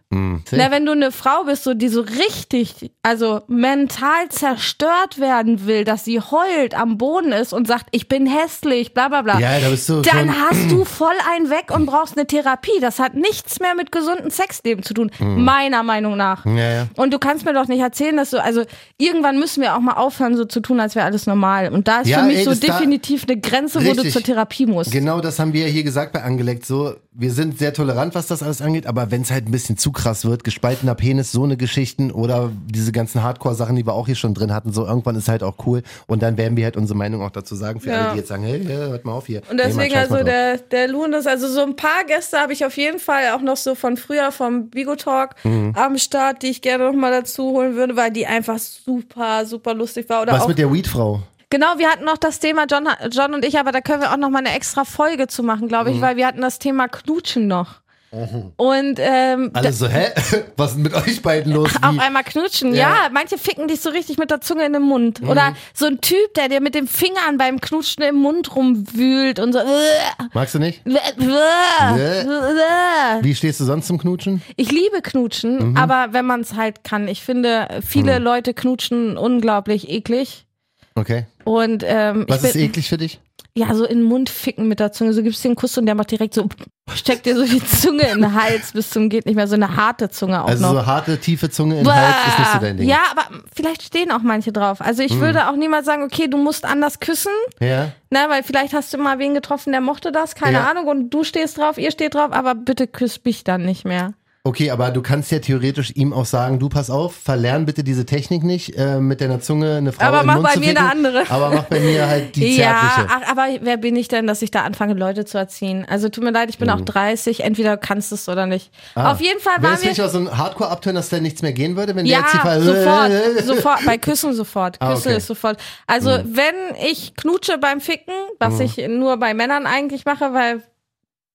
S3: Na, wenn du eine Frau bist, so, die so richtig, also mental zerstört werden will, dass sie heult am Boden ist und sagt, ich bin hässlich, bla bla bla.
S2: Ja, da bist du
S3: dann
S2: schon-
S3: hast du voll einen weg und brauchst eine Therapie. Das hat nichts mehr mit gesundem Sexleben zu tun, meiner Meinung nach.
S2: Mhm. Ja, ja.
S3: Und du kannst mir doch nicht erzählen, dass du, also irgendwann müssen wir auch mal aufhören, so zu tun, als wäre alles normal. Und da ist
S2: Ja,
S3: für mich
S2: ey,
S3: so
S2: das da-
S3: definitiv eine Grenze, wo du
S2: Richtig.
S3: zur Therapie musst.
S2: Genau das haben wir ja hier gesagt bei Angelegt. So, wir sind sehr tolerant, was das alles angeht, aber wenn es halt ein bisschen zu krass wird, gespaltener Penis, so eine Geschichten oder diese ganzen Hardcore-Sachen, die wir auch hier schon drin hatten, so irgendwann ist halt auch cool. Und dann werden wir halt unsere Meinung auch dazu sagen, für
S3: Ja.
S2: alle, die jetzt sagen, hey, hey, hört mal auf hier.
S3: Und
S2: Nee, Mann,
S3: deswegen
S2: scheiß mal
S3: also
S2: drauf.
S3: der, der Lunas, also so ein paar Gäste habe ich auf jeden Fall auch noch so von früher vom Bigo Talk
S2: Mhm.
S3: am Start, die ich gerne noch mal dazu holen würde, weil die einfach super, super lustig war. Oder
S2: Was
S3: auch,
S2: mit der Weed-Frau?
S3: genau, wir hatten noch das Thema John, John und ich, aber da können wir auch noch mal eine extra Folge zu machen, glaube
S2: Mhm.
S3: ich, weil wir hatten das Thema Knutschen noch. Und ähm,
S2: Alle so, hä? Was ist denn mit euch beiden los?
S3: auf
S2: Also Wie?
S3: einmal knutschen.
S2: Ja. Mhm.
S3: Ja. manche ficken dich so richtig mit der Zunge in den Mund. Oder so ein Typ, der dir mit den Fingern beim Knutschen im Mund rumwühlt und so. äh,
S2: Magst du nicht? Wie stehst du sonst zum Knutschen?
S3: Ich liebe
S2: Mhm.
S3: Knutschen, aber wenn man es halt kann. Ich finde, viele Leute knutschen unglaublich eklig.
S2: Okay.
S3: Und ähm,
S2: Was
S3: ich
S2: ist
S3: bin,
S2: eklig für dich?
S3: ja, so in den Mund ficken mit der Zunge. So gibst du den Kuss und der macht direkt so, steckt dir so die Zunge in den Hals bis zum geht nicht mehr. So eine harte Zunge auch
S2: Also
S3: noch.
S2: so harte, tiefe Zunge in den
S3: Bah.
S2: Hals ist nicht so dein Ding. Mhm.
S3: Ja, aber vielleicht stehen auch manche drauf. Also ich würde auch niemals sagen, okay, du musst anders küssen,
S2: ja?
S3: ne, weil vielleicht hast du mal wen getroffen, der mochte das, keine
S2: Ja.
S3: Ahnung, und du stehst drauf, ihr steht drauf, aber bitte küsst mich dann nicht mehr.
S2: Okay, aber du kannst ja theoretisch ihm auch sagen, du pass auf, verlern bitte diese Technik nicht, äh, mit deiner Zunge eine Frau in
S3: Aber
S2: den
S3: mach
S2: Mund
S3: bei
S2: zu
S3: mir
S2: ficken,
S3: eine andere.
S2: Aber mach bei mir halt die
S3: Ja,
S2: zärtliche.
S3: ach, aber wer bin ich denn, dass ich da anfange, Leute zu erziehen? Also tut mir leid, ich bin
S2: Mhm.
S3: auch 30, entweder kannst du es oder nicht. Auf jeden Fall
S2: Wäre
S3: waren
S2: es Ah. nicht
S3: wir.
S2: auch so ein Hardcore-Abturn, dass da nichts mehr gehen würde, wenn
S3: Ja,
S2: der jetzt die Fall
S3: sofort, sofort, bei Küssen sofort. Küssen
S2: Ah, okay. Mhm.
S3: ist sofort. Also, wenn ich knutsche beim Ficken, was ich nur bei Männern eigentlich mache, weil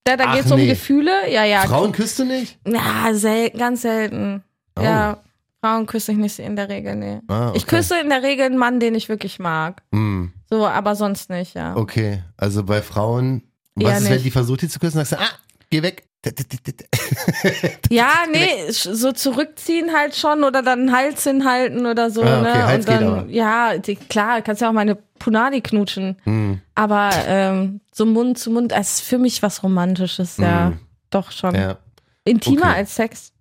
S3: da, da
S2: Ach,
S3: geht es um
S2: nee.
S3: Gefühle. Ja, ja.
S2: Frauen küsst du nicht?
S3: Ja, selten, ganz selten. Ja, Frauen küsse ich nicht in der Regel, nee.
S2: Ah,
S3: Ich
S2: okay.
S3: küsse in der Regel einen Mann, den ich wirklich mag.
S2: Hm,
S3: So, aber sonst nicht, ja.
S2: okay, also bei Frauen, was
S3: Eher
S2: ist, wenn
S3: nicht.
S2: die versucht, die zu küssen, sagst du, ah, geh weg.
S3: Ja,
S2: Äh,
S3: nee, sch- so zurückziehen halt schon oder dann einen Hals hinhalten oder so,
S2: Ah, okay,
S3: ne?
S2: Hals
S3: und dann,
S2: geht aber.
S3: ja, die, klar, kannst ja auch meine Punani knutschen.
S2: Hm.
S3: Aber ähm, so Mund zu Mund, es ist für mich was Romantisches, ja. Doch schon.
S2: Hm. Ja. Hm.
S3: Intimer
S2: okay.
S3: als Sex.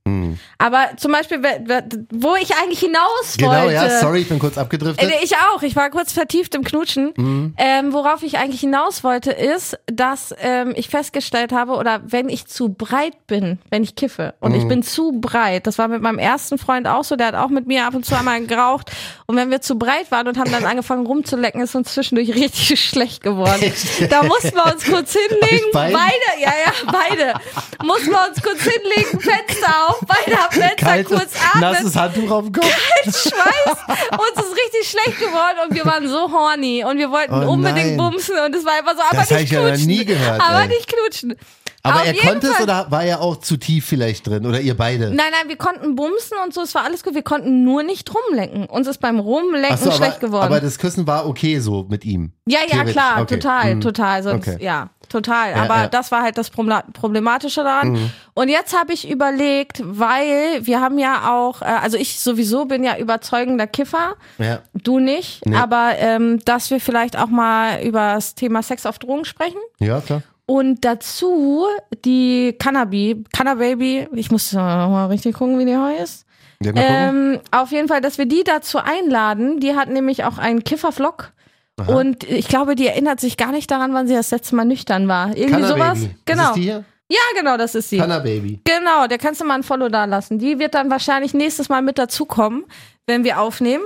S3: Aber zum Beispiel, wer- wer- wo ich eigentlich hinaus
S2: Genau,
S3: wollte.
S2: ja, sorry, ich bin kurz
S3: Äh,
S2: abgedriftet.
S3: Ich auch. Ich war kurz vertieft im Knutschen. Ähm, worauf ich eigentlich hinaus wollte, ist, dass ähm, ich festgestellt habe, oder wenn ich zu breit bin, wenn ich kiffe und ich bin zu breit, das war mit meinem ersten Freund auch so, der hat auch mit mir ab und zu einmal geraucht. Und wenn wir zu breit waren und haben dann angefangen rumzulecken, ist uns zwischendurch richtig schlecht geworden. da mussten wir uns kurz hinlegen.
S2: Euch
S3: Beide,
S2: beiden?
S3: ja, ja, beide. mussten wir uns kurz hinlegen, Fenster auf, beide am Fenster kurz atmen.
S2: nasses Handtuch auf dem Kopf.
S3: Schweiß. Uns ist richtig schlecht geworden und wir waren so horny und wir wollten
S2: Oh
S3: unbedingt
S2: nein.
S3: bumsen und es war einfach so, aber
S2: Das hab
S3: nicht
S2: ich ja
S3: knutschen.
S2: noch nie gehört,
S3: aber
S2: ey.
S3: nicht knutschen.
S2: Aber
S3: Auf
S2: er
S3: jeden
S2: konnte es
S3: Fall-
S2: oder war er auch zu tief vielleicht drin? Oder ihr beide?
S3: Nein, nein, wir konnten bumsen und so, es war alles gut. Wir konnten nur nicht rumlenken. Uns ist beim Rumlenken
S2: Ach so, aber,
S3: schlecht geworden.
S2: aber das Küssen war okay so mit ihm.
S3: ja, ja,
S2: Theoretisch.
S3: klar,
S2: Okay.
S3: total,
S2: Mhm.
S3: total. Sonst,
S2: Okay.
S3: Ja, total. aber
S2: ja. Mhm.
S3: das war halt das Promla- Problematische daran. Und jetzt habe ich überlegt, weil wir haben ja auch, äh, also ich sowieso bin ja überzeugender Kiffer.
S2: Ja.
S3: Du nicht, aber ähm, dass wir vielleicht auch mal über das Thema Sex auf Drogen sprechen.
S2: ja, klar.
S3: Und dazu die Cannabi, Cannababy, ich muss mal richtig gucken, wie die heißt.
S6: Ja, mal gucken.
S3: Ähm, auf jeden Fall, dass wir die dazu einladen. Die hat nämlich auch einen Kiffervlog. Und ich glaube, die erinnert sich gar nicht daran, wann sie das letzte Mal nüchtern war. Irgendwie
S6: Cannababy.
S3: sowas. Genau.
S6: Ist es die hier?
S3: Ja, genau, das ist sie.
S6: Cannababy.
S3: Genau, der kannst du mal ein Follow da lassen. Die wird dann wahrscheinlich nächstes Mal mit dazukommen, wenn wir aufnehmen.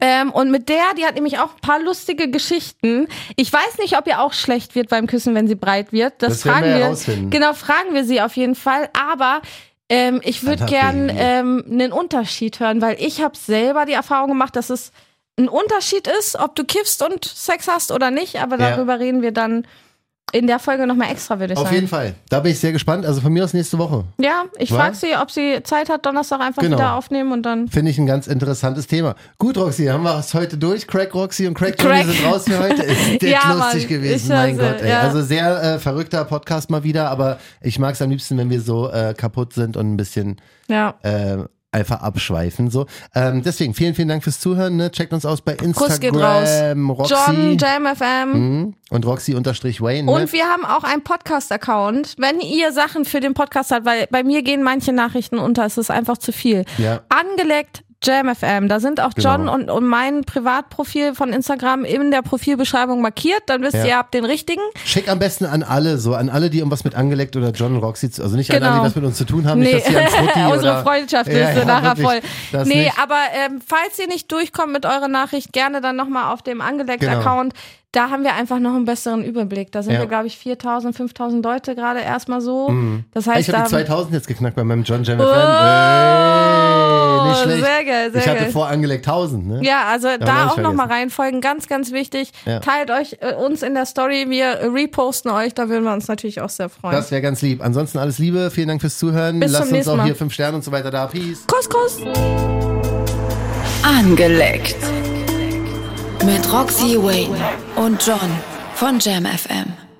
S3: Ähm, und mit der, die hat nämlich auch ein paar lustige Geschichten. Ich weiß nicht, ob ihr auch schlecht wird beim Küssen, wenn sie breit wird. Das,
S6: Das werden
S3: fragen
S6: wir
S3: wir.
S6: herausfinden.
S3: genau, fragen wir sie auf jeden Fall. Aber ähm, ich würde
S6: Alter,
S3: gern
S6: Baby.
S3: ähm, einen Unterschied hören, weil ich habe selber die Erfahrung gemacht, dass es ein Unterschied ist, ob du kiffst und Sex hast oder nicht. Aber
S6: Ja.
S3: darüber reden wir dann in der Folge nochmal extra, würde ich
S2: Auf
S3: sagen.
S2: jeden Fall. Da bin ich sehr gespannt. Also von mir aus nächste Woche.
S3: Ja, ich
S2: Wa?
S3: frage sie, ob sie Zeit hat, Donnerstag einfach
S2: Genau.
S3: wieder aufnehmen und dann.
S2: Finde ich ein ganz interessantes Thema. Gut, Roxy, haben wir es heute durch. Crack Roxy und Crack Johnny
S3: Crack.
S2: sind raus für heute. Ist das
S3: Ja,
S2: lustig
S3: Mann,
S2: gewesen,
S3: ich
S2: mein
S3: weiß,
S2: Gott. Ey.
S3: ja.
S2: Also sehr äh, verrückter Podcast mal wieder, aber ich mag es am liebsten, wenn wir so äh, kaputt sind und ein bisschen
S3: Ja.
S2: äh, einfach abschweifen. So. Ähm, deswegen vielen, vielen Dank fürs Zuhören. Ne? Checkt uns aus bei
S3: Kuss geht raus.
S2: Instagram, Roxy
S3: John, JamFM.
S2: Mhm. und Roxy unterstrich Wayne. Ne?
S3: Und wir haben auch einen Podcast-Account, wenn ihr Sachen für den Podcast habt, weil bei mir gehen manche Nachrichten unter, es ist einfach zu viel.
S2: Ja.
S3: Angelegt JamFM, da sind auch John
S2: Genau.
S3: und, und mein Privatprofil von Instagram in der Profilbeschreibung markiert, dann wisst
S2: Ja.
S3: ihr, ihr habt den richtigen.
S2: Schick am besten an alle, so an alle, die irgendwas mit Angelegt oder John und Roxy, zu, also nicht an
S3: Genau.
S2: alle, die was mit uns zu tun haben,
S3: Nee,
S2: nicht, dass die an Frutti
S3: unsere
S2: oder,
S3: Freundschaft ist
S2: Ja, ja,
S3: nachher
S2: wirklich,
S3: voll.
S2: das
S3: Nee,
S2: nicht.
S3: aber ähm, falls ihr nicht durchkommt mit eurer Nachricht, gerne dann nochmal auf dem Angelegt-Account. Da haben wir einfach noch einen besseren Überblick. Da sind
S2: Genau. Ja.
S3: wir, glaube ich, 4.000, 5.000 Leute gerade erstmal so. Das heißt,
S2: Mhm. Ich habe die
S3: da...
S2: 2000 jetzt geknackt bei meinem John Jam FM.
S3: Oh,
S2: Ey, nicht schlecht.
S3: sehr geil, sehr
S2: ich hatte
S3: geil.
S2: vor angelegt 1000, ne?
S3: Ja, also
S2: hab
S3: da
S2: ich
S3: auch nochmal
S2: vergessen.
S3: reinfolgen, ganz, ganz wichtig.
S2: Ja.
S3: Teilt euch äh, uns in der Story, wir äh, reposten euch, da würden wir uns natürlich auch sehr freuen.
S2: Das wäre ganz lieb. Ansonsten alles Liebe, vielen Dank fürs Zuhören.
S3: Bis zum
S2: Lasst uns
S3: nächsten
S2: auch
S3: Mal.
S2: hier 5 Sterne und so weiter da. Peace.
S3: Kuss, Kuss!
S1: Angeleckt. Mit Roxy Wayne und John von Jam FM.